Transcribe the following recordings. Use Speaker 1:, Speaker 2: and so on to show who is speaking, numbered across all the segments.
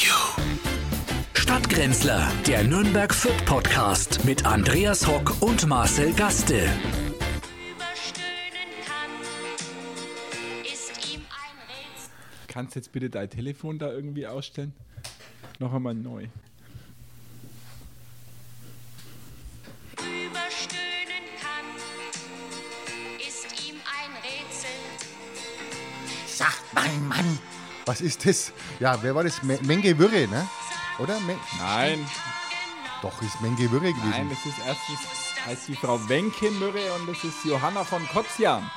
Speaker 1: you. Stadtgrenzler, der Nürnberg Fit Podcast mit Andreas Hock und Marcel Gaste.
Speaker 2: überstöhnen kann, ist ihm ein Rätsel.
Speaker 3: Kannst jetzt bitte dein Telefon da irgendwie ausstellen? Noch einmal neu.
Speaker 2: überstöhnen kann, ist ihm ein Rätsel.
Speaker 4: Sagt mein Mann. Was ist das? Ja, wer war das? Me- Menge Würre, ne? Oder? Men
Speaker 3: Nein,
Speaker 4: Doch, ist Menge Würre gewesen.
Speaker 3: nein, es ist erstens heißt die Frau Wenke Mürre und es ist Johanna von Kotzian.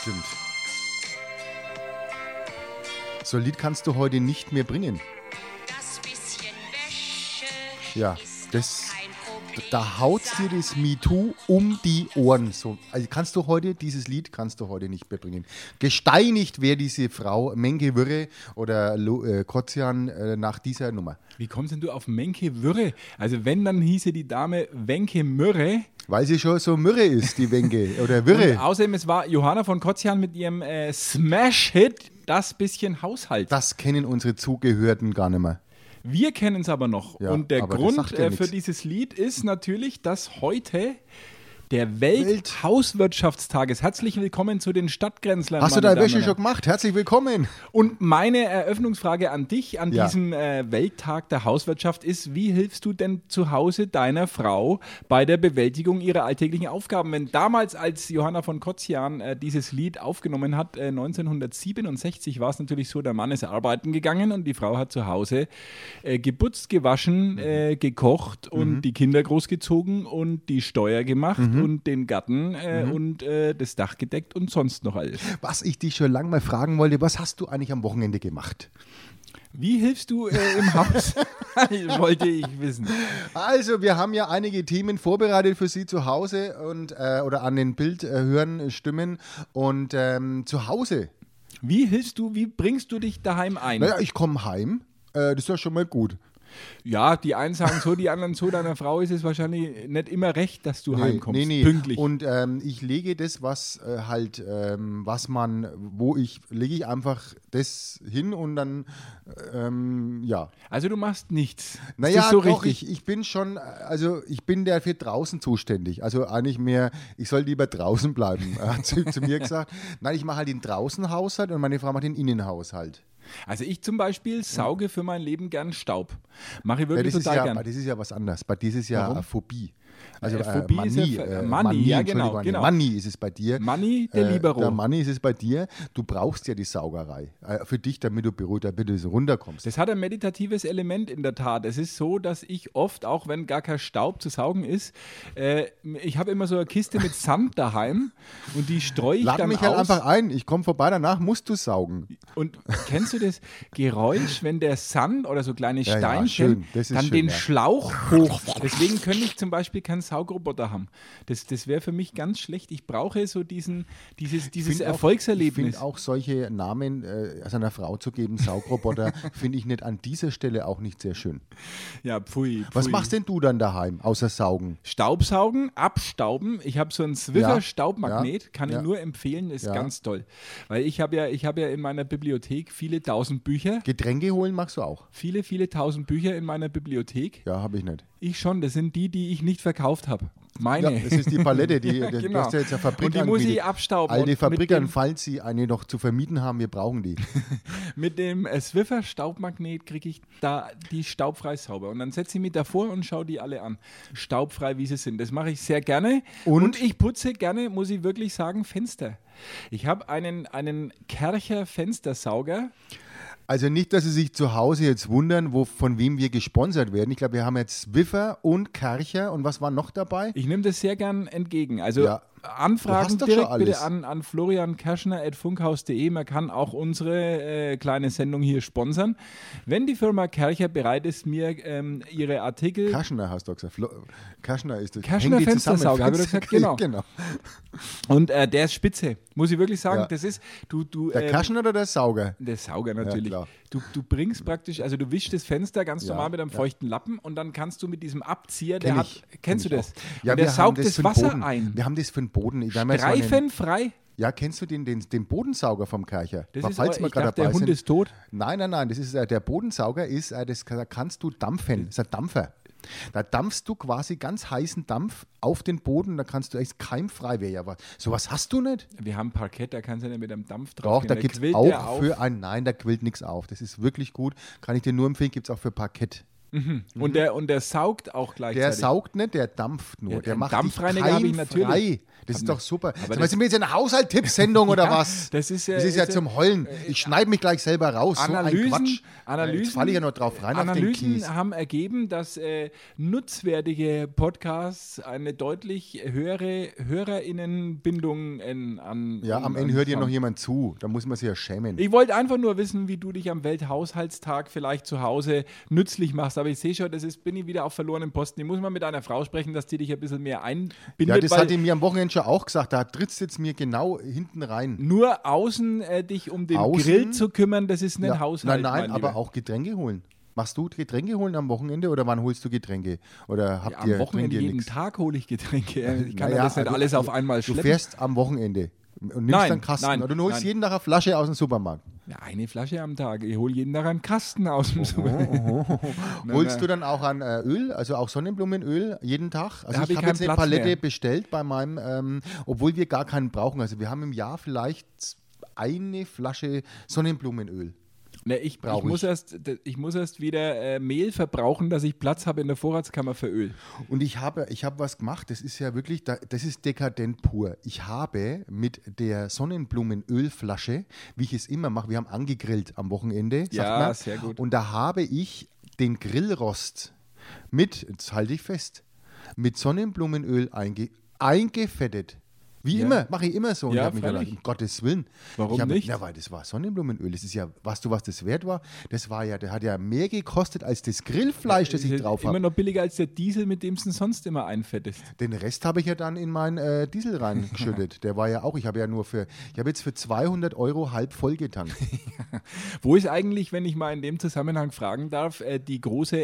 Speaker 4: Stimmt. So ein Lied kannst du heute nicht mehr bringen.
Speaker 2: Das bisschen Wäsche
Speaker 4: Ja,
Speaker 2: ist
Speaker 4: das,
Speaker 2: kein Problem.
Speaker 4: da haut dir das MeToo um die Ohren. So, also kannst du heute, dieses Lied kannst du heute nicht mehr bringen. Gesteinigt wäre diese Frau Menge Würre oder Lo, äh, Kotzian äh, nach dieser Nummer.
Speaker 3: Wie kommst denn du auf Menke Würre? Also wenn, dann hieße die Dame Wenke Mürre.
Speaker 4: Weil sie schon so Mürre ist, die Wenge. Oder Würre.
Speaker 3: Und außerdem, es war Johanna von Kotzian mit ihrem äh, Smash-Hit Das bisschen Haushalt.
Speaker 4: Das kennen unsere Zugehörten gar nicht mehr.
Speaker 3: Wir kennen es aber noch.
Speaker 4: Ja,
Speaker 3: und der
Speaker 4: aber das
Speaker 3: Grund
Speaker 4: sagt ja
Speaker 3: äh, für
Speaker 4: nix.
Speaker 3: dieses Lied ist natürlich, dass heute der Welthauswirtschaftstag ist. Herzlich willkommen zu den Stadtgrenzlern.
Speaker 4: Hast du
Speaker 3: meine
Speaker 4: deine
Speaker 3: Damen
Speaker 4: Wäsche
Speaker 3: und
Speaker 4: schon
Speaker 3: Herren.
Speaker 4: gemacht? Herzlich willkommen.
Speaker 3: Und meine Eröffnungsfrage an dich an
Speaker 4: Ja.
Speaker 3: diesem äh, Welttag der Hauswirtschaft ist, wie hilfst du denn zu Hause deiner Frau bei der Bewältigung ihrer alltäglichen Aufgaben? Wenn damals, als Johanna von Kotzian äh, dieses Lied aufgenommen hat, äh, 1967 war es natürlich so, der Mann ist arbeiten gegangen und die Frau hat zu Hause äh, geputzt, gewaschen, äh, gekocht und die Kinder großgezogen und die Steuer gemacht und den Garten äh, und äh, das Dach gedeckt und sonst noch alles.
Speaker 4: Was ich dich schon lange mal fragen wollte, was hast du eigentlich am Wochenende gemacht?
Speaker 3: Wie hilfst du äh, im Haus? Wollte ich wissen.
Speaker 4: Also, wir haben ja einige Themen vorbereitet für Sie zu Hause und äh, oder an den Bild äh, hören, stimmen und ähm, zu Hause.
Speaker 3: Wie hilfst du, wie bringst du dich daheim ein?
Speaker 4: Naja, ich komme heim. Äh, das ist ja schon mal gut.
Speaker 3: Ja, die einen sagen so, die anderen so. Deiner Frau ist es wahrscheinlich nicht immer recht, dass du heimkommst. Pünktlich.
Speaker 4: Und ähm, ich lege das, was äh, halt, ähm, was man, wo ich, lege ich einfach das hin und dann, ähm, ja.
Speaker 3: also du machst nichts.
Speaker 4: Naja,
Speaker 3: ist das so
Speaker 4: doch,
Speaker 3: richtig.
Speaker 4: Ich, ich bin schon, also ich bin der für draußen zuständig. Also eigentlich mehr, ich soll lieber draußen bleiben, hat sie zu mir gesagt. Nein, ich mache halt den Draußenhaushalt und meine Frau macht den Innenhaushalt.
Speaker 3: Also ich zum Beispiel sauge für mein Leben gern Staub. Mache ich
Speaker 4: Ja,
Speaker 3: wirklich
Speaker 4: das, ist
Speaker 3: total
Speaker 4: ja,
Speaker 3: gern.
Speaker 4: das ist ja was anderes. Bei dir ist es ja
Speaker 3: Warum?
Speaker 4: eine Phobie. Also
Speaker 3: Äh,
Speaker 4: äh,
Speaker 3: Phobie ist ja
Speaker 4: Manie,
Speaker 3: ver-
Speaker 4: äh,
Speaker 3: Manie, ja, genau,
Speaker 4: Entschuldigung,
Speaker 3: genau.
Speaker 4: Manie ist es bei dir. Äh,
Speaker 3: Manie de Libero.
Speaker 4: Der Manie ist es bei dir. Du brauchst ja die Saugerei äh, für dich, damit du beruhigt damit du so runterkommst.
Speaker 3: Das hat ein meditatives Element in der Tat. Es ist so, dass ich oft, auch wenn gar kein Staub zu saugen ist, äh, ich habe immer so eine Kiste mit Sand daheim und die streue ich
Speaker 4: Lad
Speaker 3: dann
Speaker 4: mich
Speaker 3: aus.
Speaker 4: halt einfach ein. Ich komme vorbei, danach musst du saugen.
Speaker 3: Und kennst du das Geräusch, wenn der Sand oder so kleine
Speaker 4: Ja, ja,
Speaker 3: Steinchen
Speaker 4: schön. Das ist
Speaker 3: dann
Speaker 4: schön,
Speaker 3: den
Speaker 4: ja.
Speaker 3: Schlauch hoch? Deswegen könnte ich zum Beispiel keinen Saugroboter haben. Das, das wäre für mich ganz schlecht. Ich brauche so diesen, dieses, dieses
Speaker 4: find auch- Ich
Speaker 3: Erfolgserlebnis.
Speaker 4: finde auch solche Namen äh, also einer Frau zu geben, Saugroboter, finde ich nicht an dieser Stelle auch nicht sehr schön.
Speaker 3: ja, pfui, pfui.
Speaker 4: Was machst denn du dann daheim, außer saugen?
Speaker 3: Staubsaugen, abstauben. Ich habe so einen Swiffer
Speaker 4: Ja,
Speaker 3: Staubmagnet,
Speaker 4: ja,
Speaker 3: kann ich
Speaker 4: ja.
Speaker 3: nur empfehlen, ist
Speaker 4: Ja.
Speaker 3: ganz toll. Weil ich habe ja, ich habe ja in meiner Bibliothek viele tausend Bücher,
Speaker 4: Getränke holen machst du auch?
Speaker 3: viele, viele tausend Bücher in meiner Bibliothek.
Speaker 4: Ja, habe ich nicht.
Speaker 3: Ich schon, das sind die, die ich nicht verkauft habe.
Speaker 4: Ja,
Speaker 3: Meine.
Speaker 4: das ist die Palette, die, die du
Speaker 3: Genau.
Speaker 4: hast ja jetzt eine Fabrik
Speaker 3: Und die muss ich
Speaker 4: angemietet.
Speaker 3: abstauben. Und
Speaker 4: Alte
Speaker 3: mit
Speaker 4: Fabrikern,
Speaker 3: dem-
Speaker 4: falls sie eine noch zu vermieten haben, wir brauchen die.
Speaker 3: Mit dem äh, Swiffer Staubmagnet kriege ich da die staubfrei sauber. Und dann setze ich mich davor und schaue die alle an. Staubfrei, wie sie sind. Das mache ich sehr gerne. Und,
Speaker 4: Und?
Speaker 3: ich putze gerne, muss ich wirklich sagen, Fenster. Ich habe einen, einen Kercher Fenstersauger.
Speaker 4: Also nicht, dass Sie sich zu Hause jetzt wundern, wo, von wem wir gesponsert werden. Ich glaube, wir haben jetzt Swiffer und Karcher und was war noch dabei?
Speaker 3: Ich nehme das sehr gern entgegen. Also
Speaker 4: Ja. Du
Speaker 3: Anfragen
Speaker 4: hast doch
Speaker 3: direkt
Speaker 4: schon alles.
Speaker 3: bitte an, an floriankerschner.funkhaus.de. Man kann auch unsere äh, kleine Sendung hier sponsern. Wenn die Firma Kercher bereit ist, mir ähm, ihre Artikel
Speaker 4: Kaschner hast du gesagt. Flo- Kaschner ist das.
Speaker 3: Kaschner
Speaker 4: Hängen die zusammen?
Speaker 3: Fenstersauger, hab ich doch gesagt, genau.
Speaker 4: genau.
Speaker 3: Und äh, der ist spitze, muss ich wirklich sagen.
Speaker 4: Ja.
Speaker 3: Das ist, du, du.
Speaker 4: Der
Speaker 3: ähm,
Speaker 4: Kaschner oder der Sauger?
Speaker 3: der Sauger natürlich.
Speaker 4: klar.
Speaker 3: du, du bringst praktisch, also du wischst das Fenster ganz
Speaker 4: Ja,
Speaker 3: normal mit einem
Speaker 4: ja.
Speaker 3: feuchten Lappen und dann kannst du mit diesem Abzieher, der
Speaker 4: Kenn
Speaker 3: hat,
Speaker 4: ich.
Speaker 3: kennst
Speaker 4: Kenn
Speaker 3: du
Speaker 4: ich
Speaker 3: das?
Speaker 4: auch. Ja,
Speaker 3: und der
Speaker 4: wir haben
Speaker 3: saugt das,
Speaker 4: für den
Speaker 3: Wasser
Speaker 4: Boden.
Speaker 3: ein.
Speaker 4: Wir haben das für den Boden. Ich weiß mal, so einen-
Speaker 3: Reifenfrei?
Speaker 4: ja, kennst du den, den, den Bodensauger vom Kercher?
Speaker 3: Das
Speaker 4: Mal,
Speaker 3: ist
Speaker 4: falls
Speaker 3: aber,
Speaker 4: wir
Speaker 3: ich
Speaker 4: gerade
Speaker 3: dachte, der
Speaker 4: dabei
Speaker 3: Hund
Speaker 4: sind.
Speaker 3: ist tot.
Speaker 4: Nein, nein, nein. Das ist, äh, der Bodensauger ist, äh, das kann, kannst du dampfen. Das ist ein Dampfer. Da dampfst du quasi ganz heißen Dampf auf den Boden. Da kannst du echt keimfrei wäre ja was. Sowas hast du nicht?
Speaker 3: Wir haben Parkett, da kannst du nicht mit einem Dampf drauf
Speaker 4: Doch, da gibt es auch für ein. Nein, da quillt nichts auf. Das ist wirklich gut. Kann ich dir nur empfehlen. Gibt es auch für Parkett.
Speaker 3: Und der, und der saugt auch gleichzeitig.
Speaker 4: Der saugt nicht, der dampft nur.
Speaker 3: Ja,
Speaker 4: der
Speaker 3: einen
Speaker 4: macht
Speaker 3: Dampfreiniger
Speaker 4: dich
Speaker 3: habe ich
Speaker 4: keimfrei.
Speaker 3: natürlich.
Speaker 4: Das ist doch super.
Speaker 3: Aber
Speaker 4: Sag mal,
Speaker 3: das-
Speaker 4: sind wir jetzt in einer Haushaltstipps-Sendung oder
Speaker 3: Ja,
Speaker 4: was?
Speaker 3: das ist ja-
Speaker 4: das ist ja
Speaker 3: ist ja- äh,
Speaker 4: zum Heulen. Ich schneide mich gleich selber raus.
Speaker 3: Analysen,
Speaker 4: so ein Quatsch. Äh,
Speaker 3: Analysen,
Speaker 4: Jetzt falle ich ja noch drauf rein auf den
Speaker 3: Analysen
Speaker 4: Kies.
Speaker 3: haben ergeben, dass äh, nutzwertige Podcasts eine deutlich höhere Hörerinnenbindung in, an
Speaker 4: Ja, am
Speaker 3: an-
Speaker 4: Ende hört dir
Speaker 3: haben.
Speaker 4: noch jemand zu. Da muss man sich ja schämen.
Speaker 3: Ich wollte einfach nur wissen, wie du dich am Welthaushaltstag vielleicht zu Hause nützlich machst. Aber ich sehe schon, das ist, bin ich wieder auf verlorenen Posten. Ich muss mal mit einer Frau sprechen, dass die dich ein bisschen mehr einbindet.
Speaker 4: ja, das
Speaker 3: weil
Speaker 4: hat er mir am Wochenende schon auch gesagt. Da trittst jetzt mir genau hinten rein.
Speaker 3: nur außen äh, dich um den
Speaker 4: Außen?
Speaker 3: Grill zu kümmern, das ist ein
Speaker 4: Ja.
Speaker 3: Haushalt.
Speaker 4: nein, nein,
Speaker 3: mein
Speaker 4: aber
Speaker 3: Lieber.
Speaker 4: auch Getränke holen. Machst du Getränke holen am Wochenende oder wann holst du Getränke? Oder habt
Speaker 3: Am
Speaker 4: ihr trinkt
Speaker 3: Wochenende
Speaker 4: ihr
Speaker 3: jeden
Speaker 4: nichts?
Speaker 3: Tag hole ich Getränke. Ich kann
Speaker 4: Naja,
Speaker 3: ja das nicht
Speaker 4: also,
Speaker 3: alles auf einmal
Speaker 4: Du
Speaker 3: schleppen.
Speaker 4: fährst am Wochenende und nimmst
Speaker 3: Nein,
Speaker 4: dann Kasten.
Speaker 3: nein,
Speaker 4: oder du holst
Speaker 3: nein.
Speaker 4: jeden Tag eine Flasche aus dem Supermarkt.
Speaker 3: Ja, eine Flasche am Tag. Ich hole jeden Tag einen Kasten aus dem Supermarkt.
Speaker 4: holst du dann auch an äh, Öl, also auch Sonnenblumenöl jeden Tag? Also
Speaker 3: Da hab
Speaker 4: ich
Speaker 3: ich
Speaker 4: habe
Speaker 3: keinen
Speaker 4: jetzt eine
Speaker 3: Platz
Speaker 4: Palette
Speaker 3: mehr.
Speaker 4: bestellt bei meinem, ähm, obwohl wir gar keinen brauchen. Also wir haben im Jahr vielleicht eine Flasche Sonnenblumenöl.
Speaker 3: Ne, ich,
Speaker 4: Brauch
Speaker 3: ich, muss
Speaker 4: ich.
Speaker 3: erst, ich muss erst wieder äh, Mehl verbrauchen, dass ich Platz habe in der Vorratskammer für Öl.
Speaker 4: Und ich habe, ich habe was gemacht, das ist ja wirklich, da- das ist dekadent pur. Ich habe mit der Sonnenblumenölflasche, wie ich es immer mache, wir haben angegrillt am Wochenende, sagt
Speaker 3: Ja,
Speaker 4: man.
Speaker 3: sehr gut.
Speaker 4: Und da habe ich den Grillrost mit, jetzt halte ich fest, mit Sonnenblumenöl einge, eingefettet. Wie immer, mache ich immer so. Und
Speaker 3: Ja,
Speaker 4: ich habe mich
Speaker 3: freilich.
Speaker 4: gedacht, um Gottes Willen.
Speaker 3: Warum
Speaker 4: ich habe-
Speaker 3: nicht?
Speaker 4: Na, weil das war Sonnenblumenöl. Das ist ja, weißt du, was das wert war? Das war ja, der hat ja mehr gekostet als das Grillfleisch, das ich
Speaker 3: ist
Speaker 4: drauf
Speaker 3: immer
Speaker 4: habe.
Speaker 3: noch billiger als der Diesel, mit dem du sonst immer einfettest.
Speaker 4: Den Rest habe ich ja dann in meinen äh, Diesel reingeschüttet. Der war ja auch, ich habe ja nur für, ich habe jetzt für 200 Euro halb voll getankt.
Speaker 3: Wo ist eigentlich, wenn ich mal in dem Zusammenhang fragen darf, äh, die große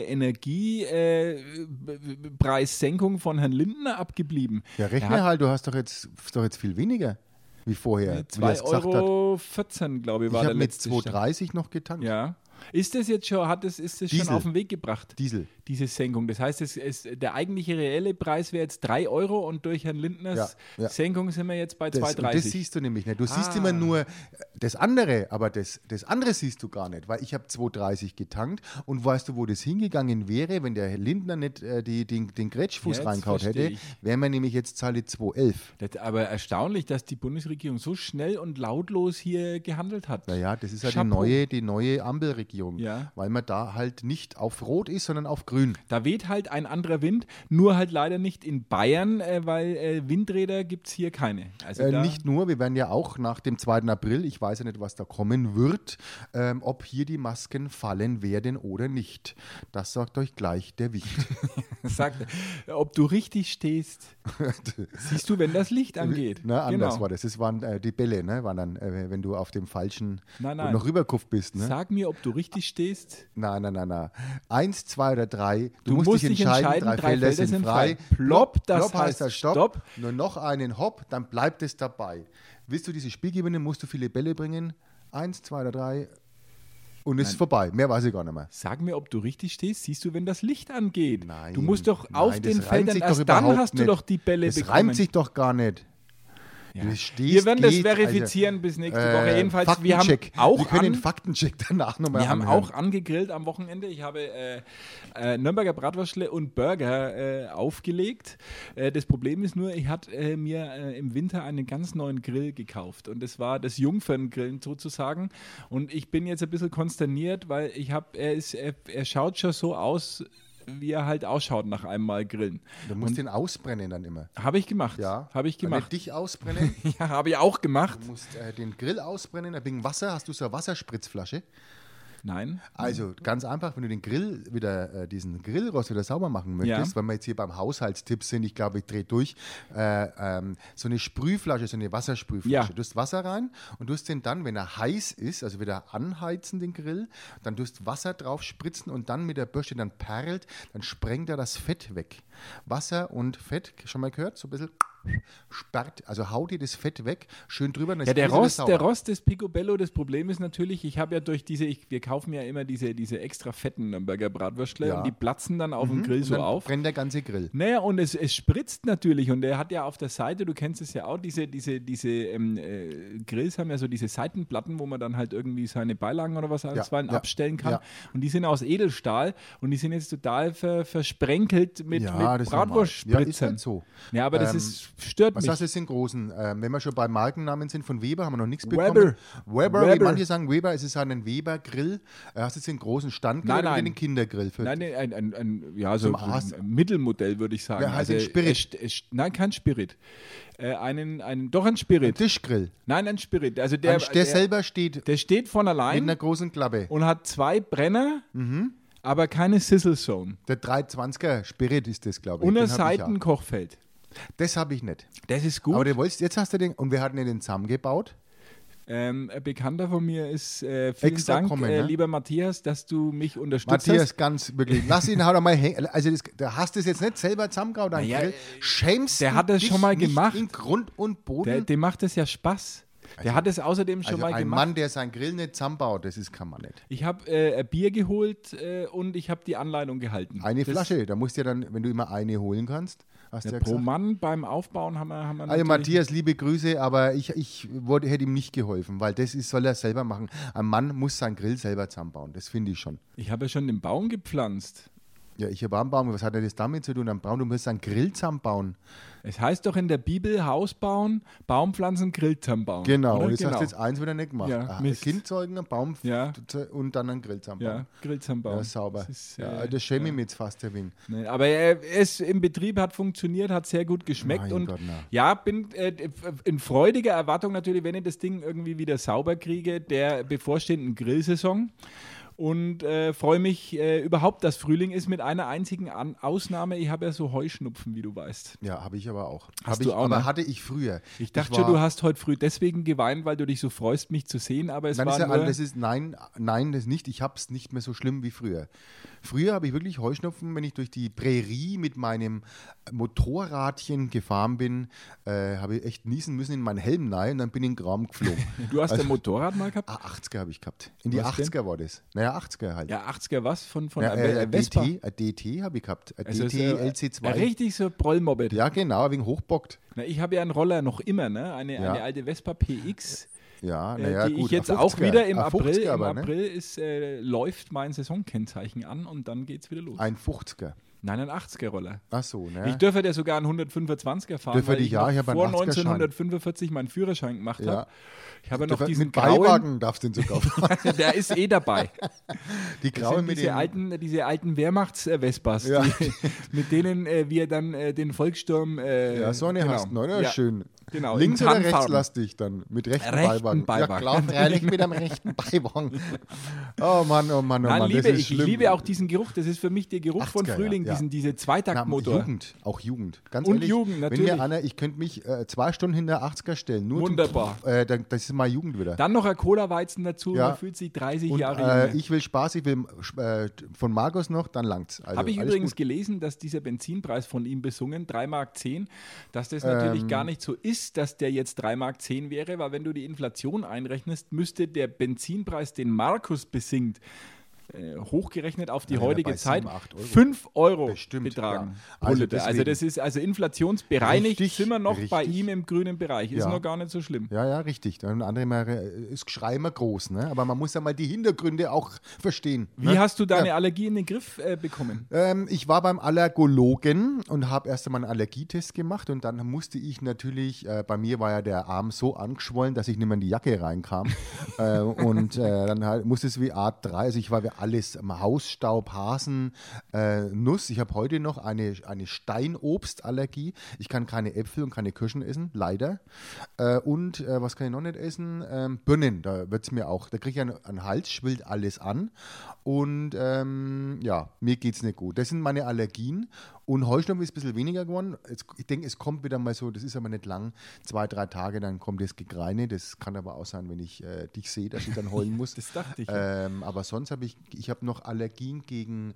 Speaker 3: Energiepreissenkung äh, von Herrn Lindner abgeblieben?
Speaker 4: Ja, rechne
Speaker 3: Er hat
Speaker 4: halt, du hast doch jetzt, ist doch jetzt viel weniger wie vorher, wie er es
Speaker 3: 2,14
Speaker 4: gesagt hat.
Speaker 3: Euro, 14, glaube ich,
Speaker 4: Ich
Speaker 3: war
Speaker 4: habe
Speaker 3: der
Speaker 4: mit
Speaker 3: letzte Stand.
Speaker 4: 2,30 noch getankt.
Speaker 3: Ja. Ist das jetzt schon, hat das, ist das schon
Speaker 4: Diesel.
Speaker 3: auf den Weg gebracht?
Speaker 4: Diesel.
Speaker 3: Diese Senkung. Das heißt, es ist, der eigentliche reelle Preis wäre jetzt 3 Euro und durch Herrn Lindners
Speaker 4: Ja, ja.
Speaker 3: Senkung sind wir jetzt bei
Speaker 4: Das, und das
Speaker 3: 2,30.
Speaker 4: siehst du nämlich
Speaker 3: Ah.
Speaker 4: nicht. Du siehst immer nur das andere, aber das, das andere siehst du gar nicht, weil ich habe 2,30 getankt und weißt du, wo das hingegangen wäre, wenn der Herr Lindner nicht äh, die, den, den Grätschfuß
Speaker 3: Jetzt
Speaker 4: reinkaut
Speaker 3: verstehe
Speaker 4: hätte,
Speaker 3: ich.
Speaker 4: wären wir nämlich jetzt Zahl 2,11.
Speaker 3: Das, aber erstaunlich, dass die Bundesregierung so schnell und lautlos hier gehandelt hat.
Speaker 4: Naja, das ist ja die
Speaker 3: Chapeau.
Speaker 4: neue, die neue Ampelregierung,
Speaker 3: Ja.
Speaker 4: weil man da halt nicht auf Rot ist, sondern auf Grün.
Speaker 3: Da weht halt ein anderer Wind, nur halt leider nicht in Bayern, äh, weil äh, Windräder gibt es hier keine. Also
Speaker 4: Äh,
Speaker 3: da,
Speaker 4: nicht nur, wir werden ja auch nach dem 2. April, ich weiß ja nicht, was da kommen wird, ähm, ob hier die Masken fallen werden oder nicht. Das sagt euch gleich der Wicht.
Speaker 3: Sag, ob du richtig stehst, siehst du, wenn das Licht angeht.
Speaker 4: Äh, Na, Ne, anders
Speaker 3: Genau.
Speaker 4: war das. Das waren äh, die Bälle, ne? Waren dann, äh, wenn du auf dem falschen
Speaker 3: Nein,
Speaker 4: und
Speaker 3: nein.
Speaker 4: noch rüberkupft bist, ne?
Speaker 3: Sag mir, ob du richtig stehst.
Speaker 4: Nein, nein, nein, nein. Eins, zwei oder drei. Du,
Speaker 3: Du
Speaker 4: musst, dich entscheiden. drei, Felder, sind, frei.
Speaker 3: Plopp, das
Speaker 4: Plopp
Speaker 3: heißt
Speaker 4: heißt das Stopp.
Speaker 3: Stopp.
Speaker 4: Nur noch einen Hopp, dann bleibt es dabei. Willst du diese Spiel gewinnen, musst du viele Bälle bringen. Eins, zwei oder drei. Und es ist vorbei. Mehr weiß ich gar nicht mehr.
Speaker 3: Sag mir, ob du richtig stehst. Siehst du, wenn das Licht angeht?
Speaker 4: Nein.
Speaker 3: Du musst doch auf
Speaker 4: Nein, das
Speaker 3: den
Speaker 4: reimt
Speaker 3: Feldern,
Speaker 4: sich doch
Speaker 3: erst dann
Speaker 4: überhaupt
Speaker 3: hast du
Speaker 4: nicht.
Speaker 3: doch die Bälle
Speaker 4: Das
Speaker 3: bekommen.
Speaker 4: reimt sich doch gar nicht.
Speaker 3: Ja.
Speaker 4: Du stehst,
Speaker 3: Wir werden das
Speaker 4: geht, also, äh,
Speaker 3: verifizieren bis nächste Woche. Jedenfalls, wir haben
Speaker 4: Faktencheck.
Speaker 3: auch
Speaker 4: wir können
Speaker 3: an-
Speaker 4: den Faktencheck danach nochmal
Speaker 3: Wir haben auch angegrillt am Wochenende. Ich habe äh, äh, Nürnberger Bratwurstle und Burger äh, aufgelegt. Äh, das Problem ist nur, ich hatte äh, mir äh, im Winter einen ganz neuen Grill gekauft und das war das Jungferngrillen sozusagen. Und ich bin jetzt ein bisschen konsterniert, weil ich habe, er ist, er, er schaut schon so aus, wie er halt ausschaut nach einem Mal Grillen.
Speaker 4: Du musst den ausbrennen dann immer.
Speaker 3: Habe ich gemacht.
Speaker 4: Ja.
Speaker 3: Habe ich
Speaker 4: Dann nicht
Speaker 3: gemacht.
Speaker 4: dich ausbrennen.
Speaker 3: Ja, habe ich auch gemacht.
Speaker 4: Du musst äh, den Grill ausbrennen, ein bisschen Wasser, hast du so eine Wasserspritzflasche.
Speaker 3: Nein. Mhm.
Speaker 4: Also ganz einfach, wenn du den Grill wieder, äh, diesen Grillrost wieder sauber machen möchtest,
Speaker 3: Ja.
Speaker 4: weil wir jetzt hier beim Haushaltstipp sind, ich glaube, ich drehe durch, äh, ähm, so eine Sprühflasche, so eine Wassersprühflasche.
Speaker 3: Ja.
Speaker 4: Du hast Wasser rein und du hast den dann, wenn er heiß ist, also wieder anheizen den Grill, dann du hast Wasser drauf spritzen und dann mit der Bürste dann perlt, dann sprengt er das Fett weg. Wasser und Fett, schon mal gehört? So ein bisschen sperrt, also haut dir das Fett weg, schön drüber. dann
Speaker 3: Ja,
Speaker 4: ist
Speaker 3: der
Speaker 4: alles wieder
Speaker 3: Rost,
Speaker 4: sauber.
Speaker 3: der Rost des Picobello, das Problem ist natürlich, ich habe ja durch diese, ich, wir kaufen ja immer diese, diese extra fetten Nürnberger Bratwürstler
Speaker 4: Ja. Mhm.
Speaker 3: und die platzen dann auf dem Grill
Speaker 4: Und
Speaker 3: so
Speaker 4: dann
Speaker 3: auf.
Speaker 4: brennt der ganze Grill.
Speaker 3: Naja, und es, es spritzt natürlich. Und er hat ja auf der Seite, du kennst es ja auch, diese, diese, diese ähm, äh, Grills haben ja so diese Seitenplatten, wo man dann halt irgendwie seine Beilagen oder was einstweilen
Speaker 4: ja,
Speaker 3: abstellen kann.
Speaker 4: ja.
Speaker 3: Und die sind aus Edelstahl und die sind jetzt total ver, versprenkelt mit,
Speaker 4: Ja, das
Speaker 3: mit
Speaker 4: ist normal.
Speaker 3: Bratwurstspritzen.
Speaker 4: Ja, ist halt so.
Speaker 3: Ja, aber das
Speaker 4: Ähm,
Speaker 3: ist, stört
Speaker 4: Was
Speaker 3: mich.
Speaker 4: hast du jetzt den großen? Ähm, wenn wir schon bei Markennamen sind, von Weber haben wir noch nichts
Speaker 3: Weber.
Speaker 4: bekommen. Weber. Weber, wie
Speaker 3: Weber.
Speaker 4: manche sagen Weber, es ist ein Weber-Grill. Äh, Hast du jetzt den großen Standgrill
Speaker 3: Nein,
Speaker 4: oder
Speaker 3: nein.
Speaker 4: den Kindergrill? Für
Speaker 3: Nein, nee, ein, ein, ein, ja, so
Speaker 4: Zum Aas.
Speaker 3: ein Mittelmodell würde ich sagen. Also
Speaker 4: Ja, halt den Spirit.
Speaker 3: es st- es st- nein, kein Spirit. Äh, einen, einen, doch ein Spirit.
Speaker 4: Tischgrill.
Speaker 3: nein, ein Spirit. Also der,
Speaker 4: Der, der
Speaker 3: der,
Speaker 4: selber steht
Speaker 3: der steht von
Speaker 4: mit
Speaker 3: allein.
Speaker 4: einer Mhm. großen Klappe.
Speaker 3: und hat zwei Brenner, aber keine Sizzle Zone.
Speaker 4: Der 320er Spirit ist das, glaube ich.
Speaker 3: Und
Speaker 4: Den
Speaker 3: ein
Speaker 4: hab ich auch.
Speaker 3: Seitenkochfeld.
Speaker 4: Das habe ich nicht.
Speaker 3: Das ist gut.
Speaker 4: Aber du wolltest, jetzt hast du den, und wir hatten ja den zusammengebaut.
Speaker 3: ähm, ein Bekannter von mir ist, äh, vielen
Speaker 4: Extra
Speaker 3: Dank,
Speaker 4: kommen,
Speaker 3: äh,
Speaker 4: ne?
Speaker 3: lieber Matthias, dass du mich unterstützt
Speaker 4: Matthias, ganz wirklich, lass ihn halt mal hängen. Also, das, da hast du es jetzt nicht selber zusammengehauen, dein
Speaker 3: Naja,
Speaker 4: Grill.
Speaker 3: äh,
Speaker 4: Schämst
Speaker 3: der
Speaker 4: du
Speaker 3: hat das
Speaker 4: dich
Speaker 3: schon mal
Speaker 4: nicht
Speaker 3: gemacht.
Speaker 4: In Grund und
Speaker 3: hast. Der,
Speaker 4: Boden.
Speaker 3: dem macht es ja Spaß. Der hat es außerdem schon
Speaker 4: also
Speaker 3: mal
Speaker 4: ein
Speaker 3: gemacht.
Speaker 4: Mann, der sein Grill nicht zusammenbaut, das ist, kann man nicht.
Speaker 3: Ich habe äh, ein Bier geholt äh, und ich habe die Anleitung gehalten.
Speaker 4: Eine
Speaker 3: Das-
Speaker 4: Flasche, da musst du ja dann, wenn du immer eine holen kannst, hast du
Speaker 3: Ja,
Speaker 4: ja
Speaker 3: pro
Speaker 4: gesagt.
Speaker 3: Mann beim Aufbauen haben wir, haben wir
Speaker 4: Also
Speaker 3: natürlich-
Speaker 4: Matthias, liebe Grüße, aber ich, ich wurde, hätte ihm nicht geholfen, weil das ist, soll er selber machen. Ein Mann muss seinen Grill selber zusammenbauen, das finde ich schon.
Speaker 3: Ich habe ja schon den Baum gepflanzt.
Speaker 4: Ja, ich habe einen Baum, was hat denn das damit zu tun? Am Baum, du musst einen Grill zusammenbauen.
Speaker 3: Es heißt doch in der Bibel Haus bauen, Baum pflanzen, Grill zusammenbauen.
Speaker 4: Genau,
Speaker 3: oder?
Speaker 4: und jetzt hast du jetzt eins wieder nicht gemacht.
Speaker 3: Ja,
Speaker 4: Ah,
Speaker 3: Mist.
Speaker 4: kind zeugen, einen Baum
Speaker 3: Ja.
Speaker 4: zu- und dann einen Grill zusammenbauen.
Speaker 3: Ja, Grill zusammenbauen.
Speaker 4: Ja, sauber.
Speaker 3: Das
Speaker 4: Das,
Speaker 3: ist,
Speaker 4: ja,
Speaker 3: äh,
Speaker 4: das schäme ich mir jetzt fast ein wenig.
Speaker 3: Nee, Ne, aber er ist im Betrieb, hat funktioniert, hat sehr gut geschmeckt
Speaker 4: Mein
Speaker 3: und
Speaker 4: Gott, na.
Speaker 3: ja, bin äh, in freudiger Erwartung natürlich, wenn ich das Ding irgendwie wieder sauber kriege, der bevorstehenden Grillsaison. Und äh, freue mich äh, überhaupt, dass Frühling ist, mit einer einzigen An Ausnahme. Ich habe ja so Heuschnupfen, wie du weißt.
Speaker 4: Ja, habe ich aber auch.
Speaker 3: Hast
Speaker 4: Hab
Speaker 3: du
Speaker 4: ich,
Speaker 3: auch,
Speaker 4: aber
Speaker 3: ne?
Speaker 4: hatte ich früher.
Speaker 3: Ich dachte
Speaker 4: war-
Speaker 3: schon, du hast heute früh deswegen geweint, weil du dich so freust, mich zu sehen, aber es
Speaker 4: Nein,
Speaker 3: war
Speaker 4: ist ja,
Speaker 3: nur,
Speaker 4: das ist, nein, nein, das nicht. Ich habe es nicht mehr so schlimm wie früher. Früher habe ich wirklich Heuschnupfen, wenn ich durch die Prärie mit meinem Motorradchen gefahren bin, äh, habe ich echt niesen müssen in meinen Helm rein und dann bin ich in den Raum geflogen.
Speaker 3: du hast ein Motorrad mal gehabt?
Speaker 4: ah, 80er habe ich gehabt. In die
Speaker 3: Was denn?
Speaker 4: 80er war das. Naja, 80er halt.
Speaker 3: Ja, 80er was von, von
Speaker 4: Ja,
Speaker 3: äh,
Speaker 4: äh,
Speaker 3: äh,
Speaker 4: äh,
Speaker 3: Vespa.
Speaker 4: DT, äh, DT habe ich gehabt. Äh,
Speaker 3: Also
Speaker 4: DT
Speaker 3: so, äh,
Speaker 4: LC2.
Speaker 3: Richtig so Prollmoped.
Speaker 4: ja, genau, wegen Hochbockt.
Speaker 3: Na, ich habe ja einen Roller noch immer, ne? Eine,
Speaker 4: Ja.
Speaker 3: eine alte Vespa PX,
Speaker 4: Ja,
Speaker 3: äh,
Speaker 4: naja,
Speaker 3: die
Speaker 4: gut.
Speaker 3: ich jetzt
Speaker 4: ein
Speaker 3: auch
Speaker 4: 50er,
Speaker 3: wieder im
Speaker 4: ein
Speaker 3: April.
Speaker 4: 50er aber,
Speaker 3: Im
Speaker 4: ne?
Speaker 3: April ist, äh, läuft mein Saisonkennzeichen an und dann geht's wieder los.
Speaker 4: Ein 50er.
Speaker 3: Nein, ein 80er Roller.
Speaker 4: Ach so, ne?
Speaker 3: Ich dürfe ja sogar einen 125er fahren,
Speaker 4: Dürfe
Speaker 3: weil
Speaker 4: dich,
Speaker 3: ich,
Speaker 4: ja,
Speaker 3: noch
Speaker 4: ich hab einen
Speaker 3: vor
Speaker 4: 80er Schein.
Speaker 3: 1945 meinen Führerschein gemacht
Speaker 4: Ja.
Speaker 3: habe. Ich habe ja noch
Speaker 4: Dürfe-
Speaker 3: diesen
Speaker 4: mit
Speaker 3: grauen,
Speaker 4: Beiwagen darfst du den sogar fahren.
Speaker 3: der ist eh dabei.
Speaker 4: Die
Speaker 3: Das
Speaker 4: graue
Speaker 3: sind
Speaker 4: mit
Speaker 3: diese,
Speaker 4: dem
Speaker 3: alten, diese alten Wehrmachts-Vespas,
Speaker 4: Ja.
Speaker 3: die- mit denen äh, wir dann äh, den Volkssturm... Äh,
Speaker 4: Ja, so eine
Speaker 3: genau.
Speaker 4: hast du, ne? Ja,
Speaker 3: Ja.
Speaker 4: schön.
Speaker 3: Genau,
Speaker 4: Links
Speaker 3: in
Speaker 4: oder
Speaker 3: Tarnfarben.
Speaker 4: rechtslastig dann? Mit rechten,
Speaker 3: Rechten
Speaker 4: Beiwagen. Ja,
Speaker 3: Beiwagen.
Speaker 4: klar, freilich mit einem rechten Beiwagen. Oh Mann, oh Mann, oh
Speaker 3: Nein,
Speaker 4: Mann,
Speaker 3: liebe
Speaker 4: das ist
Speaker 3: ich, ich
Speaker 4: schlimm.
Speaker 3: liebe auch diesen Geruch. Das ist für mich der Geruch von
Speaker 4: 80er,
Speaker 3: Frühling,
Speaker 4: ja.
Speaker 3: diesen, diese
Speaker 4: Na,
Speaker 3: Zweitaktmotor.
Speaker 4: Jugend, auch Jugend. Ganz
Speaker 3: Und
Speaker 4: ehrlich,
Speaker 3: Jugend, natürlich.
Speaker 4: Wenn mir einer, ich könnte mich äh, zwei Stunden hinter 80er stellen. Nur zum-
Speaker 3: Wunderbar.
Speaker 4: äh, dann, das ist mal Jugend wieder.
Speaker 3: Dann noch ein Cola-Weizen dazu,
Speaker 4: Ja.
Speaker 3: man fühlt sich 30
Speaker 4: Und
Speaker 3: Jahre
Speaker 4: äh,
Speaker 3: jünger.
Speaker 4: ich will Spaß, ich will äh, von Markus noch, dann langt's. Also,
Speaker 3: Habe ich
Speaker 4: alles
Speaker 3: übrigens
Speaker 4: gut.
Speaker 3: gelesen, dass dieser Benzinpreis von ihm besungen, 3,10 Mark, dass das
Speaker 4: Ähm.
Speaker 3: natürlich gar nicht so ist, dass der jetzt 3,10 Mark wäre, weil wenn du die Inflation einrechnest, müsste der Benzinpreis, den Markus besingt, äh, hochgerechnet auf die
Speaker 4: Ja,
Speaker 3: heutige
Speaker 4: bei
Speaker 3: Zeit,
Speaker 4: sieben, acht Euro.
Speaker 3: 5 Euro
Speaker 4: Bestimmt,
Speaker 3: betragen.
Speaker 4: ja.
Speaker 3: pro
Speaker 4: Also
Speaker 3: Liter. Also,
Speaker 4: deswegen.
Speaker 3: das ist also inflationsbereinigt,
Speaker 4: Richtig,
Speaker 3: sind wir noch bei
Speaker 4: richtig.
Speaker 3: ihm im grünen Bereich. Ist
Speaker 4: Ja.
Speaker 3: noch gar nicht so schlimm.
Speaker 4: Ja, ja, richtig. Dann andere mal, äh, ist Geschrei immer groß, ne? Aber man muss ja mal die Hintergründe auch verstehen.
Speaker 3: Wie
Speaker 4: ne?
Speaker 3: hast du deine
Speaker 4: Ja.
Speaker 3: Allergie in den Griff äh, bekommen?
Speaker 4: Ähm, ich war beim Allergologen und habe erst einmal einen Allergietest gemacht und dann musste ich natürlich, äh, bei mir war ja der Arm so angeschwollen, dass ich nicht mehr in die Jacke reinkam. äh, und äh, dann halt, musste es wie Art 3, also ich war wie alles, ähm, Hausstaub, Hasen, äh, Nuss. Ich habe heute noch eine, eine Steinobstallergie. Ich kann keine Äpfel und keine Kirschen essen, leider. Äh, und äh, was kann ich noch nicht essen? Ähm, Birnen, da wird es mir auch. Da kriege ich einen, einen Hals, schwillt alles an. Und ähm, ja, mir geht es nicht gut. Das sind meine Allergien. Und Heuschnupfen ist ein bisschen weniger geworden. Jetzt, ich denke, es kommt wieder mal so, das ist aber nicht lang, zwei, drei Tage, dann kommt das Gegreine. Das kann aber auch sein, wenn ich äh, dich sehe, dass ich dann heulen muss.
Speaker 3: Das dachte ich.
Speaker 4: Ähm, aber sonst habe ich, ich habe noch Allergien gegen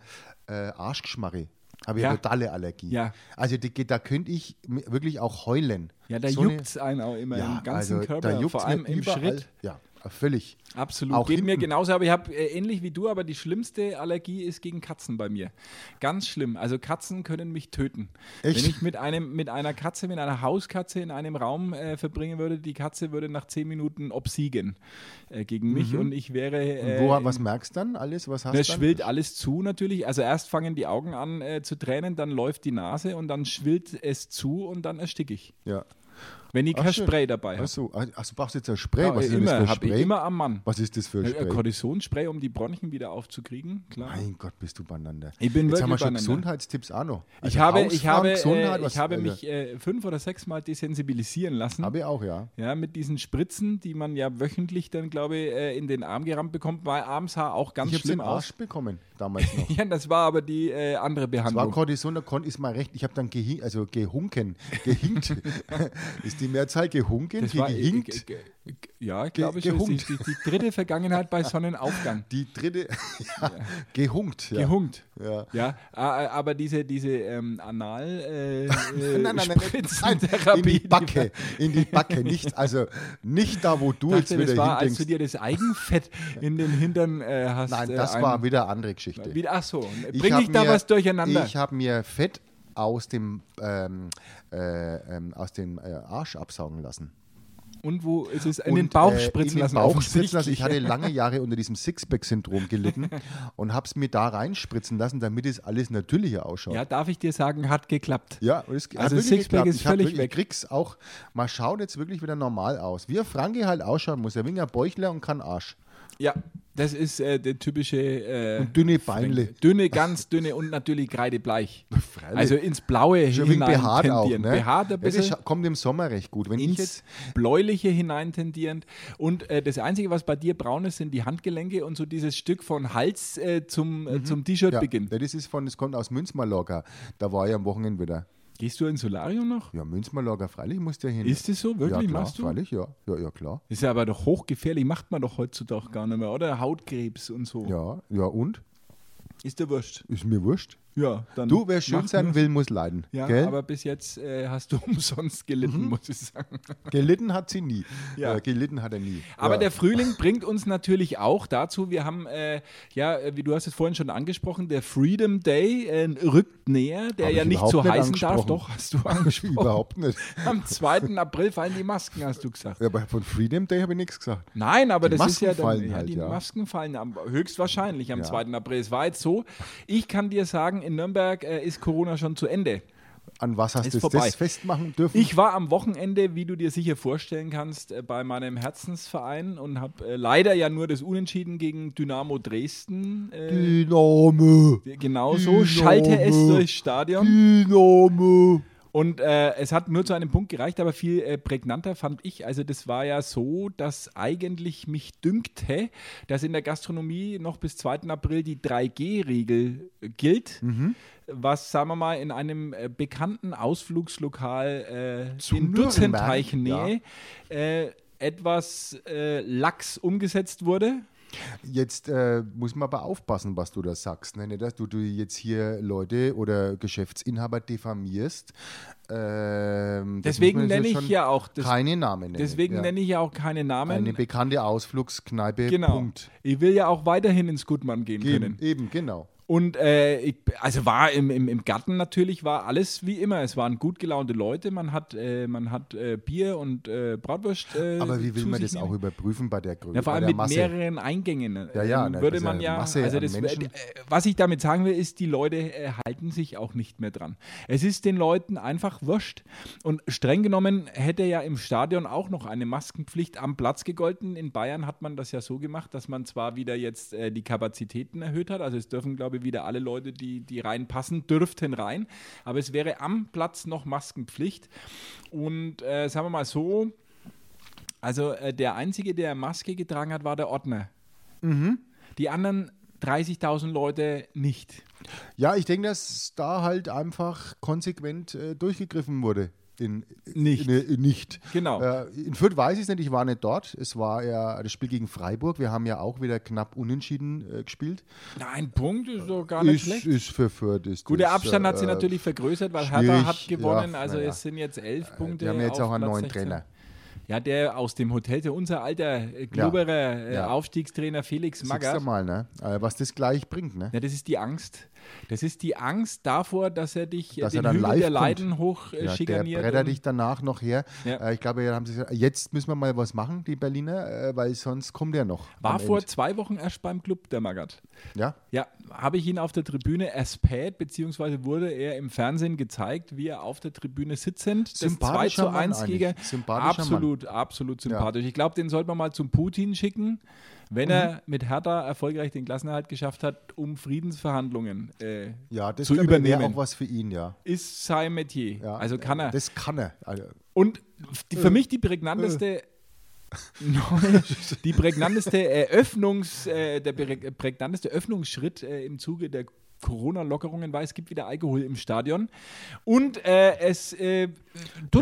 Speaker 4: äh, Arschgeschmarre. Habe ich
Speaker 3: Ja.
Speaker 4: eine totale Allergie.
Speaker 3: Ja.
Speaker 4: Also die, da könnte ich mi- wirklich auch heulen.
Speaker 3: Ja, da
Speaker 4: So eine-
Speaker 3: juckt es einen auch immer
Speaker 4: Ja,
Speaker 3: im ganzen
Speaker 4: also
Speaker 3: Körper,
Speaker 4: da juckt's
Speaker 3: vor allem
Speaker 4: mir
Speaker 3: im
Speaker 4: überall.
Speaker 3: Schritt.
Speaker 4: Ja, völlig.
Speaker 3: Absolut.
Speaker 4: Auch
Speaker 3: Geht mir
Speaker 4: hinten.
Speaker 3: genauso, aber ich habe äh, ähnlich wie du, aber die schlimmste Allergie ist gegen Katzen bei mir. Ganz schlimm. Also Katzen können mich töten.
Speaker 4: Echt?
Speaker 3: Wenn ich mit einem mit einer Katze, mit einer Hauskatze in einem Raum äh, verbringen würde, die Katze würde nach zehn Minuten obsiegen äh, gegen mich und ich wäre äh,
Speaker 4: Mhm. Wo, was merkst du dann alles? Was hast
Speaker 3: das
Speaker 4: du dann?
Speaker 3: schwillt alles zu natürlich. Also erst fangen die Augen an äh, zu tränen, dann läuft die Nase und dann schwillt es zu und dann ersticke ich.
Speaker 4: Ja.
Speaker 3: Wenn ich
Speaker 4: Ach,
Speaker 3: kein
Speaker 4: schön.
Speaker 3: Spray dabei habe.
Speaker 4: Achso, ach, also du brauchst jetzt ein Spray. Was ist denn
Speaker 3: immer,
Speaker 4: das für ein
Speaker 3: hab ich
Speaker 4: Spray?
Speaker 3: immer am Mann.
Speaker 4: Was ist das für ein
Speaker 3: Ja,
Speaker 4: Spray?
Speaker 3: Äh, Kortisonspray, um die Bronchien wieder aufzukriegen, klar.
Speaker 4: Mein Gott, bist du beieinander.
Speaker 3: Ich bin
Speaker 4: Jetzt haben wir
Speaker 3: wirklich
Speaker 4: schon
Speaker 3: beieinander.
Speaker 4: Gesundheitstipps auch noch.
Speaker 3: ich
Speaker 4: Also
Speaker 3: habe, ich
Speaker 4: Hausfrauen,
Speaker 3: habe,
Speaker 4: Gesundheit,
Speaker 3: äh,
Speaker 4: was-
Speaker 3: ich habe
Speaker 4: also,
Speaker 3: mich äh, fünf oder sechs Mal desensibilisieren lassen.
Speaker 4: Habe ich auch, ja.
Speaker 3: ja, mit diesen Spritzen, die man ja wöchentlich dann, glaube ich, äh, in den Arm gerammt bekommt, weil Arms Haar auch ganz
Speaker 4: Ich habe den
Speaker 3: schlimm
Speaker 4: Arsch
Speaker 3: aus.
Speaker 4: bekommen damals noch.
Speaker 3: Ja, das war aber die äh, andere
Speaker 4: Es war
Speaker 3: Behandlung.
Speaker 4: Cortison, da konnte ist mal recht. Ich habe dann gehi also gehunken, gehinkt. ist die Mehrzahl gehunken,
Speaker 3: das
Speaker 4: ge
Speaker 3: war,
Speaker 4: gehinkt.
Speaker 3: ge- ge- ge- ja, glaube ich, schon. Das ist die,
Speaker 4: gehunkt.
Speaker 3: die, die dritte Vergangenheit bei Sonnenaufgang.
Speaker 4: die dritte, ja, gehunkt. Ja.
Speaker 3: Gehunkt.
Speaker 4: Ja.
Speaker 3: Ja, a- a- aber diese, diese ähm, anal äh,
Speaker 4: Nein, nein, nein, nein, nein, in
Speaker 3: Spritzentherapie,
Speaker 4: die Backe, in die Backe, nicht, also nicht da, wo du
Speaker 3: dachte,
Speaker 4: jetzt
Speaker 3: das
Speaker 4: wieder
Speaker 3: war, als du
Speaker 4: hindenkst.
Speaker 3: dir das Eigenfett in den Hintern äh, hast.
Speaker 4: Nein,
Speaker 3: äh,
Speaker 4: das
Speaker 3: ein-
Speaker 4: war wieder eine andere Geschichte.
Speaker 3: Wie, ach so, bringe
Speaker 4: hab
Speaker 3: ich, da
Speaker 4: mir-
Speaker 3: was durcheinander?
Speaker 4: Ich habe mir Fett aus dem, ähm, äh, ähm, aus dem äh, Arsch absaugen lassen.
Speaker 3: Und wo ist es? In den
Speaker 4: Und,
Speaker 3: Bauch
Speaker 4: äh,
Speaker 3: spritzen
Speaker 4: in
Speaker 3: lassen.
Speaker 4: Den Bauch
Speaker 3: offensichtlich.
Speaker 4: spritzen lassen. Ich hatte lange Jahre unter diesem Sixpack-Syndrom gelitten und habe es mir da reinspritzen lassen, damit es alles natürlicher ausschaut.
Speaker 3: ja, darf ich dir sagen, hat geklappt.
Speaker 4: Ja, und es hat
Speaker 3: Also
Speaker 4: wirklich
Speaker 3: Sixpack
Speaker 4: geklappt.
Speaker 3: ist
Speaker 4: Ich hab
Speaker 3: völlig
Speaker 4: wirklich,
Speaker 3: weg.
Speaker 4: Ich krieg's auch, man schaut jetzt wirklich wieder normal aus. Wie ein Franke halt ausschauen muss. Er will ein Bäuchler und kann Arsch.
Speaker 3: Ja, das ist äh, der typische. Äh,
Speaker 4: Und dünne Beinle.
Speaker 3: Dünne, ganz dünne und natürlich kreidebleich.
Speaker 4: Freilich.
Speaker 3: Also ins Blaue
Speaker 4: Schon wegen
Speaker 3: hinein
Speaker 4: behaart auch. Ne?
Speaker 3: tendieren. Behaart ein bisschen.
Speaker 4: Ja, das scha- kommt im Sommer recht gut. Wenn ich
Speaker 3: ins
Speaker 4: jetzt,
Speaker 3: Bläuliche hinein tendierend. Und äh, das Einzige, was bei dir braun ist, sind die Handgelenke und so dieses Stück von Hals äh, zum, äh, zum T-Shirt
Speaker 4: Mhm. ja,
Speaker 3: beginnt.
Speaker 4: das ist von, das kommt aus Münzmalogger. Da war ich am Wochenende wieder.
Speaker 3: Gehst du ins Solarium noch?
Speaker 4: Ja, Münzmalogger, freilich muss der hin.
Speaker 3: Ist es so? Wirklich?
Speaker 4: Ja, klar,
Speaker 3: Machst du?
Speaker 4: freilich, ja. Ja, ja, klar.
Speaker 3: Ist ja aber doch hochgefährlich, macht man doch heutzutage gar nicht mehr, oder? Hautkrebs und so.
Speaker 4: Ja, ja und?
Speaker 3: Ist der wurscht.
Speaker 4: Ist mir wurscht.
Speaker 3: Ja, dann
Speaker 4: Du, wer schön
Speaker 3: macht
Speaker 4: sein
Speaker 3: nur-
Speaker 4: will, muss leiden.
Speaker 3: Ja,
Speaker 4: gell? Mhm.
Speaker 3: aber bis jetzt äh, hast du umsonst gelitten, muss ich sagen.
Speaker 4: gelitten hat sie nie.
Speaker 3: Ja.
Speaker 4: Äh, gelitten hat er nie.
Speaker 3: Aber
Speaker 4: ja.
Speaker 3: der Frühling bringt uns natürlich auch dazu. Wir haben, äh, ja, äh, wie du hast es vorhin schon angesprochen, der Freedom Day äh, rückt näher, der
Speaker 4: Hab
Speaker 3: ja
Speaker 4: ich
Speaker 3: nicht
Speaker 4: überhaupt
Speaker 3: so
Speaker 4: nicht
Speaker 3: heißen darf.
Speaker 4: angesprochen.
Speaker 3: Doch, hast du angesprochen.
Speaker 4: Überhaupt nicht.
Speaker 3: Am 2. April fallen die Masken, hast du gesagt.
Speaker 4: Ja, aber von Freedom Day habe ich nichts gesagt.
Speaker 3: Nein, aber
Speaker 4: Die
Speaker 3: das ist
Speaker 4: Masken
Speaker 3: ja dann,
Speaker 4: fallen
Speaker 3: ja,
Speaker 4: halt,
Speaker 3: die
Speaker 4: ja.
Speaker 3: Masken fallen am, höchstwahrscheinlich am
Speaker 4: Ja.
Speaker 3: 2. April. Es war jetzt so, ich kann dir sagen, in Nürnberg äh, ist Corona schon zu Ende.
Speaker 4: An was hast
Speaker 3: Ist
Speaker 4: du es
Speaker 3: vorbei.
Speaker 4: das festmachen dürfen?
Speaker 3: Ich war am Wochenende, wie du dir sicher vorstellen kannst, äh, bei meinem Herzensverein und habe äh, leider ja nur das Unentschieden gegen Dynamo Dresden. Äh,
Speaker 4: Dynamo.
Speaker 3: genau so schalte es
Speaker 4: Dynamo.
Speaker 3: durchs Stadion.
Speaker 4: Dynamo.
Speaker 3: Und äh, es hat nur zu einem Punkt gereicht, aber viel äh, prägnanter fand ich. Also das war ja so, dass eigentlich mich dünkte, dass in der Gastronomie noch bis 2. April die 3G-Regel äh, gilt,
Speaker 4: Mhm.
Speaker 3: was, sagen wir mal, in einem äh, bekannten Ausflugslokal äh, in
Speaker 4: Nürnberg,
Speaker 3: Dutzendteichnähe äh, etwas äh, lax umgesetzt wurde.
Speaker 4: Jetzt äh, muss man aber aufpassen, was du da sagst. Ne? Nicht, dass du, du jetzt hier Leute oder Geschäftsinhaber diffamierst. Ähm, das
Speaker 3: Deswegen
Speaker 4: muss man
Speaker 3: nenne
Speaker 4: jetzt
Speaker 3: ich
Speaker 4: schon
Speaker 3: ja auch das-
Speaker 4: keine Namen nennen.
Speaker 3: Deswegen
Speaker 4: ja.
Speaker 3: nenne ich ja auch keine Namen.
Speaker 4: Eine bekannte Ausflugskneipe.
Speaker 3: genau.
Speaker 4: Punkt.
Speaker 3: Ich will ja auch weiterhin ins Gutmann gehen können.
Speaker 4: Eben, eben, genau.
Speaker 3: Und äh, ich, also war im, im, im Garten natürlich war alles wie immer. Es waren gut gelaunte Leute. Man hat, äh, man hat äh, Bier und äh, Bratwurst. Äh,
Speaker 4: Aber wie will
Speaker 3: zu
Speaker 4: man
Speaker 3: sich
Speaker 4: das auch
Speaker 3: nehmen.
Speaker 4: überprüfen bei der Größe?
Speaker 3: ja, vor
Speaker 4: bei
Speaker 3: allem
Speaker 4: der
Speaker 3: mit
Speaker 4: Masse?
Speaker 3: mehreren Eingängen.
Speaker 4: Ja, ja,
Speaker 3: Ähm,
Speaker 4: ne,
Speaker 3: würde
Speaker 4: also
Speaker 3: man ja.
Speaker 4: Masse
Speaker 3: also
Speaker 4: an
Speaker 3: das, wär-
Speaker 4: Menschen.
Speaker 3: äh, was ich damit sagen will, ist, die Leute äh, halten sich auch nicht mehr dran. Es ist den Leuten einfach wurscht. Und streng genommen hätte ja im Stadion auch noch eine Maskenpflicht am Platz gegolten. In Bayern hat man das ja so gemacht, dass man zwar wieder jetzt äh, die Kapazitäten erhöht hat. Also es dürfen, glaube ich, wieder alle Leute, die, die reinpassen, dürften rein. Aber es wäre am Platz noch Maskenpflicht. Und äh, sagen wir mal so, also äh, der Einzige, der Maske getragen hat, war der Ordner. Die anderen 30.000 Leute nicht.
Speaker 4: Ja, ich denke, dass da halt einfach konsequent äh, durchgegriffen wurde. in,
Speaker 3: Nicht.
Speaker 4: In, in, nicht.
Speaker 3: Genau.
Speaker 4: Äh, in Fürth weiß ich es nicht, ich war nicht dort. Es war ja das Spiel gegen Freiburg. Wir haben ja auch wieder knapp unentschieden äh, gespielt.
Speaker 3: Nein, Punkt ist doch gar nicht
Speaker 4: Ist,
Speaker 3: schlecht.
Speaker 4: ist für Fürth. Ist
Speaker 3: Gut, der
Speaker 4: das,
Speaker 3: Abstand hat sich
Speaker 4: äh,
Speaker 3: natürlich vergrößert, weil
Speaker 4: schwierig,
Speaker 3: Hertha hat gewonnen.
Speaker 4: ja,
Speaker 3: also
Speaker 4: naja.
Speaker 3: es sind jetzt elf Punkte.
Speaker 4: Wir haben ja jetzt
Speaker 3: auf
Speaker 4: auch einen
Speaker 3: Platz
Speaker 4: neuen
Speaker 3: 16.
Speaker 4: Trainer.
Speaker 3: Ja, der aus dem Hotel, der unser alter äh, glubberer äh,
Speaker 4: Ja.
Speaker 3: Aufstiegstrainer Felix
Speaker 4: Siehst du
Speaker 3: Magath.
Speaker 4: mal, ne? Äh, Was das gleich bringt, ne?
Speaker 3: Ja, das ist die Angst. Das ist die Angst davor, dass er dich äh,
Speaker 4: Dass er
Speaker 3: den
Speaker 4: dann
Speaker 3: Hügel
Speaker 4: live
Speaker 3: der
Speaker 4: kommt.
Speaker 3: Leiden hoch äh,
Speaker 4: Ja, der
Speaker 3: schikaniert.
Speaker 4: brettert
Speaker 3: und-
Speaker 4: dich danach noch her.
Speaker 3: Ja.
Speaker 4: Äh, ich glaube, ja, haben sie gesagt, jetzt müssen wir mal was machen, die Berliner, äh, weil sonst kommt er noch.
Speaker 3: war
Speaker 4: am
Speaker 3: vor
Speaker 4: Ende.
Speaker 3: zwei Wochen erst beim Club, der Magath.
Speaker 4: Ja?
Speaker 3: Ja, habe ich ihn auf der Tribüne erspäht, beziehungsweise wurde er im Fernsehen gezeigt, wie er auf der Tribüne sitzend. Das 2
Speaker 4: Sympathischer
Speaker 3: zu
Speaker 4: Mann
Speaker 3: 1 Gegner.
Speaker 4: eigentlich. Sympathischer
Speaker 3: Absolut, absolut sympathisch. Ich glaube, den sollte man mal zum Putin schicken, wenn
Speaker 4: Mhm.
Speaker 3: er mit Hertha erfolgreich den Klassenerhalt geschafft hat, um Friedensverhandlungen äh,
Speaker 4: Ja, das
Speaker 3: zu
Speaker 4: glaube ich, wäre
Speaker 3: übernehmen.
Speaker 4: auch was für ihn, ja.
Speaker 3: ist sein Metier.
Speaker 4: ja.
Speaker 3: Also kann er.
Speaker 4: Das kann er. Also,
Speaker 3: Und die,
Speaker 4: Äh,
Speaker 3: für mich die prägnanteste. neue- die prägnanteste Eröffnungs, äh, der prä- prägnanteste Öffnungsschritt äh, im Zuge der Corona-Lockerungen war, es gibt wieder Alkohol im Stadion. Und äh, es äh, tut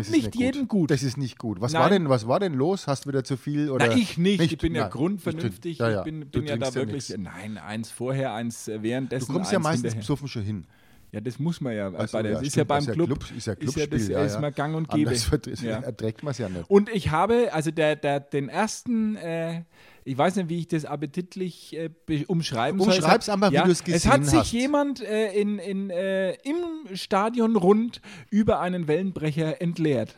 Speaker 4: das ist
Speaker 3: nicht jedem gut.
Speaker 4: Das ist nicht gut. Was
Speaker 3: Nein.
Speaker 4: war, denn, was war denn los? Hast du wieder zu viel? Oder
Speaker 3: Na, ich nicht. Ich bin ja
Speaker 4: Nein,
Speaker 3: grundvernünftig.
Speaker 4: ich trin- ja, ja.
Speaker 3: Ich bin,
Speaker 4: Du
Speaker 3: bin ja da
Speaker 4: trinkst ja
Speaker 3: wirklich.
Speaker 4: nix.
Speaker 3: nein, eins vorher, eins äh,
Speaker 4: Du
Speaker 3: währenddessen.
Speaker 4: kommst
Speaker 3: eins
Speaker 4: ja meistens
Speaker 3: hinterher.
Speaker 4: besoffen schon hin.
Speaker 3: Ja, das muss man ja.
Speaker 4: Ach so,
Speaker 3: bei der,
Speaker 4: ja,
Speaker 3: das ist
Speaker 4: stimmt,
Speaker 3: ja beim
Speaker 4: das
Speaker 3: Club.
Speaker 4: Ist ja
Speaker 3: ist ja,
Speaker 4: Clubspiel.
Speaker 3: das,
Speaker 4: ja,
Speaker 3: ist
Speaker 4: ja.
Speaker 3: mal gang und gäbe.
Speaker 4: Anders vert-
Speaker 3: ja.
Speaker 4: erträgt man es ja nicht.
Speaker 3: Und ich habe, also der, der, den ersten, äh, ich weiß nicht, wie ich das appetitlich äh, be- umschreiben soll. Es
Speaker 4: Umschreib's
Speaker 3: hat-
Speaker 4: einfach, wie du es
Speaker 3: Es hat
Speaker 4: gesehen
Speaker 3: sich
Speaker 4: hast.
Speaker 3: jemand äh, in, in, äh, im Stadion rund über einen Wellenbrecher entleert.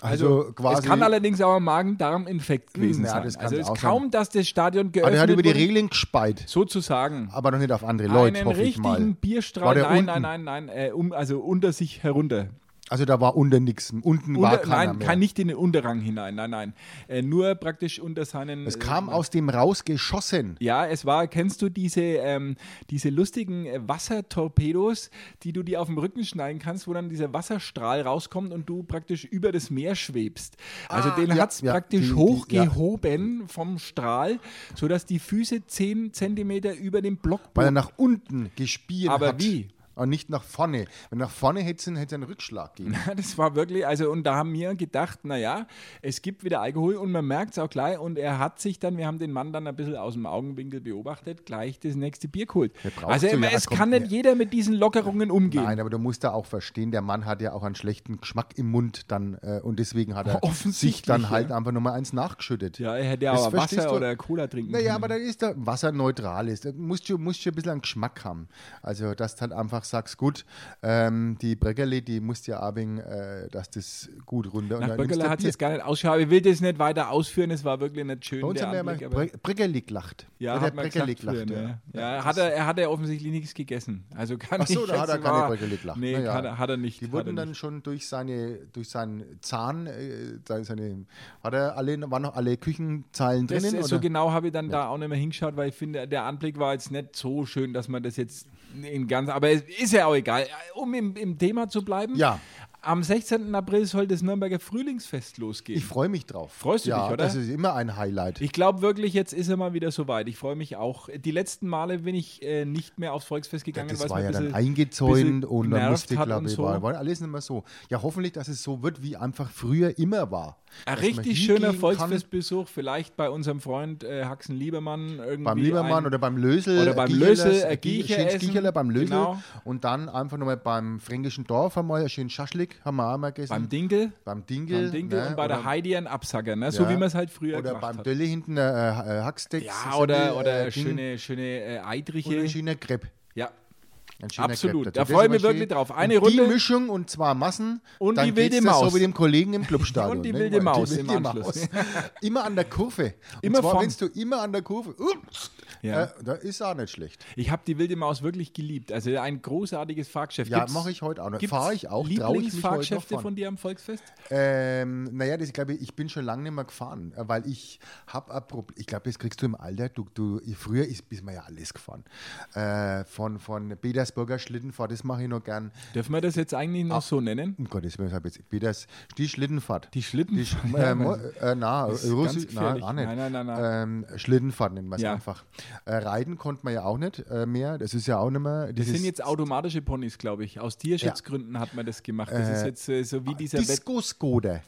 Speaker 4: Also, quasi. Hm,
Speaker 3: es kann allerdings auch ein Magen-Darm-Infekt gewesen
Speaker 4: ja,
Speaker 3: sein.
Speaker 4: das kann
Speaker 3: also es
Speaker 4: auch
Speaker 3: ist kaum,
Speaker 4: sein.
Speaker 3: dass das Stadion
Speaker 4: aber
Speaker 3: geöffnet
Speaker 4: der hat über die
Speaker 3: wurde,
Speaker 4: Regeln gespeit.
Speaker 3: sozusagen.
Speaker 4: Aber noch nicht auf andere Leute,
Speaker 3: einen
Speaker 4: hoffe ich
Speaker 3: richtigen
Speaker 4: mal. War
Speaker 3: Bierstrahl,
Speaker 4: der
Speaker 3: nein, nein,
Speaker 4: unten?
Speaker 3: nein, nein, äh, um, also unter sich herunter.
Speaker 4: Also da war unter nichts. Unten war
Speaker 3: Unter,
Speaker 4: keiner
Speaker 3: nein,
Speaker 4: mehr.
Speaker 3: kann nicht in den Unterrang hinein, nein, nein. Äh, nur praktisch unter seinen. äh,
Speaker 4: es kam aus dem raus geschossen.
Speaker 3: Ja, es war, kennst du diese, ähm, diese lustigen äh, Wassertorpedos, die du dir auf dem Rücken schneiden kannst, wo dann dieser Wasserstrahl rauskommt und du praktisch über das Meer schwebst. Also
Speaker 4: Ah,
Speaker 3: den
Speaker 4: ja,
Speaker 3: hat es
Speaker 4: ja, die-
Speaker 3: praktisch
Speaker 4: die-
Speaker 3: hochgehoben vom Strahl, sodass die Füße 10 Zentimeter über dem Block
Speaker 4: Weil er nach unten gespielt
Speaker 3: Aber
Speaker 4: hat.
Speaker 3: wie?
Speaker 4: Und nicht nach vorne. Wenn nach vorne hätte es einen Rückschlag gegeben.
Speaker 3: Ja, Das war wirklich, also und da haben wir gedacht, naja, es gibt wieder Alkohol und man merkt es auch gleich und er hat sich dann, wir haben den Mann dann ein bisschen aus dem Augenwinkel beobachtet, gleich das nächste Bier geholt.
Speaker 4: braucht
Speaker 3: Also
Speaker 4: so, ja,
Speaker 3: es
Speaker 4: kommt
Speaker 3: kann nicht
Speaker 4: mir-
Speaker 3: jeder mit diesen Lockerungen umgehen.
Speaker 4: Nein, aber du musst da auch verstehen, der Mann hat ja auch einen schlechten Geschmack im Mund dann äh, und deswegen hat er
Speaker 3: Offensichtlich,
Speaker 4: sich dann halt
Speaker 3: ja.
Speaker 4: einfach nochmal eins nachgeschüttet.
Speaker 3: Ja, er hätte ja
Speaker 4: Das
Speaker 3: aber
Speaker 4: verstehst
Speaker 3: Wasser
Speaker 4: du?
Speaker 3: oder Cola trinken
Speaker 4: Naja,
Speaker 3: können.
Speaker 4: aber dann ist da Wasser neutral ist. Da musst du musst du ein bisschen einen Geschmack haben. Also, dass du halt einfach sagst, gut, ähm, die Breckerli, die musst du ja abing, äh, dass das gut runter.
Speaker 3: Nach
Speaker 4: dann nimmst
Speaker 3: Böckeler
Speaker 4: du
Speaker 3: hat es
Speaker 4: Bier.
Speaker 3: jetzt gar nicht ausgeschaut. Ich will das nicht weiter ausführen, es war wirklich nicht schön.
Speaker 4: Bei uns
Speaker 3: der
Speaker 4: haben wir immer
Speaker 3: Anblick, aber-
Speaker 4: Bre- Breckerli gelacht.
Speaker 3: ja,
Speaker 4: der
Speaker 3: hat man gesagt früher,
Speaker 4: ja.
Speaker 3: ne? ja. hat er, er hat ja offensichtlich nichts gegessen. Also kann
Speaker 4: Ach so,
Speaker 3: ich
Speaker 4: da hat er
Speaker 3: jetzt
Speaker 4: keine
Speaker 3: wahr-
Speaker 4: Breckerli gelacht.
Speaker 3: Nee,
Speaker 4: Naja.
Speaker 3: kann er- hat er nicht.
Speaker 4: Die
Speaker 3: hat
Speaker 4: wurden
Speaker 3: er
Speaker 4: dann
Speaker 3: nicht.
Speaker 4: schon durch seine, durch seinen Zahn, äh, seine, seine, hat er alle, waren noch alle Küchenzeilen
Speaker 3: Das,
Speaker 4: drinnen?
Speaker 3: ist- so
Speaker 4: oder?
Speaker 3: genau habe ich dann da auch nicht mehr hingeschaut, weil ich finde, der Anblick war jetzt nicht so schön, dass man das jetzt in ganz. Aber es ist ja auch egal. Um im, im Thema zu bleiben,
Speaker 4: Ja.
Speaker 3: am 16. April soll das Nürnberger Frühlingsfest losgehen.
Speaker 4: Ich freue mich drauf.
Speaker 3: Freust du
Speaker 4: ja,
Speaker 3: dich, oder?
Speaker 4: Das ist immer ein Highlight.
Speaker 3: Ich glaube wirklich, jetzt ist er mal wieder soweit. Ich freue mich auch. Die letzten Male bin ich äh, nicht mehr aufs Volksfest gegangen,
Speaker 4: das
Speaker 3: weil's
Speaker 4: war
Speaker 3: mir
Speaker 4: ja
Speaker 3: ein bisschen-
Speaker 4: dann eingezäunt
Speaker 3: bisschen
Speaker 4: und dann
Speaker 3: genervt
Speaker 4: musste,
Speaker 3: hat
Speaker 4: glaube
Speaker 3: und
Speaker 4: ich,
Speaker 3: so.
Speaker 4: war, war alles nicht mehr so. Ja, hoffentlich, dass es so wird, wie einfach früher immer war.
Speaker 3: Ein
Speaker 4: Dass man
Speaker 3: richtig
Speaker 4: hingehen
Speaker 3: schöner
Speaker 4: kann,
Speaker 3: Volksfestbesuch, vielleicht bei unserem Freund äh, Haxen Liebermann. Irgendwie
Speaker 4: Beim Liebermann
Speaker 3: ein-
Speaker 4: oder beim Lösel.
Speaker 3: oder beim
Speaker 4: Giecherler,
Speaker 3: Lösel,
Speaker 4: äh,
Speaker 3: äh, Giecher
Speaker 4: schönes
Speaker 3: essen,
Speaker 4: Giecherler beim Lösel.
Speaker 3: genau.
Speaker 4: Und dann einfach nochmal beim Fränkischen Dorf haben wir ja schön Schaschlik, haben wir auch mal gegessen.
Speaker 3: beim Dinkel.
Speaker 4: Hm. beim Dingel.
Speaker 3: Beim Dinkel
Speaker 4: ne,
Speaker 3: und bei
Speaker 4: oder-
Speaker 3: der Heidi ein Absacker, ne? so
Speaker 4: Ja.
Speaker 3: wie man es halt früher
Speaker 4: Oder
Speaker 3: gemacht
Speaker 4: beim
Speaker 3: hat.
Speaker 4: Dölle hinten äh, äh, Hacksteaks.
Speaker 3: Ja, oder, oder
Speaker 4: äh, Ding-
Speaker 3: schöne, schöne äh,
Speaker 4: Und ein
Speaker 3: Eidriche.
Speaker 4: schöner Crepe.
Speaker 3: Ja.
Speaker 4: Ein schöner
Speaker 3: Absolut,
Speaker 4: Crepe dazu.
Speaker 3: da
Speaker 4: Das
Speaker 3: freue ich
Speaker 4: ist
Speaker 3: mich
Speaker 4: immer
Speaker 3: wirklich drauf. Eine
Speaker 4: und
Speaker 3: Runde-
Speaker 4: Die Mischung und zwar Massen.
Speaker 3: Und
Speaker 4: dann
Speaker 3: die wilde
Speaker 4: geht's das
Speaker 3: Maus.
Speaker 4: So wie dem Kollegen im Clubstadion.
Speaker 3: Und die
Speaker 4: ne?
Speaker 3: wilde Maus im Anschluss.
Speaker 4: immer an der Kurve. Und
Speaker 3: Immer
Speaker 4: zwar,
Speaker 3: vorn.
Speaker 4: wenn du immer an der Kurve. Uh,
Speaker 3: Ja.
Speaker 4: äh, da ist auch nicht schlecht.
Speaker 3: Ich habe die Wilde Maus wirklich geliebt. Also ein großartiges Fahrgeschäft.
Speaker 4: Ja,
Speaker 3: Gibt's-
Speaker 4: mache ich heute auch noch.
Speaker 3: gibt's
Speaker 4: Fahre ich auch. Traue ich mich heute noch
Speaker 3: Lieblingsfahrgeschäfte
Speaker 4: von.
Speaker 3: von dir am Volksfest?
Speaker 4: Ähm, naja, das glaube ich, ich bin schon lange nicht mehr gefahren, äh, weil ich habe ein Problem. Ich glaube, das kriegst du im Alter. Du, du, früher ist, bist man ja alles gefahren. Äh, von, von Peters Salzburger Schlittenfahrt, das mache ich noch gern.
Speaker 3: Dürfen wir das jetzt eigentlich noch so nennen?
Speaker 4: Um Gottes Willen, ich hab jetzt wie das, die Schlittenfahrt.
Speaker 3: Die Schlitten.
Speaker 4: Die Sch äh, Mo- äh, na,
Speaker 3: Das ist
Speaker 4: Russisch,
Speaker 3: ganz
Speaker 4: na,
Speaker 3: gefährlich.
Speaker 4: auch nicht.
Speaker 3: Nein, nein, nein,
Speaker 4: Ähm, Schlittenfahrt nennen wir es
Speaker 3: Ja.
Speaker 4: einfach. Äh, Reiten konnte man ja auch nicht äh, mehr. Das ist ja auch nicht mehr.
Speaker 3: das sind jetzt automatische Ponys, glaube ich. Aus Tierschutzgründen hat man das gemacht. Das ist jetzt äh, so
Speaker 4: ah,
Speaker 3: wie dieser Wett.
Speaker 4: Disco-Skoda.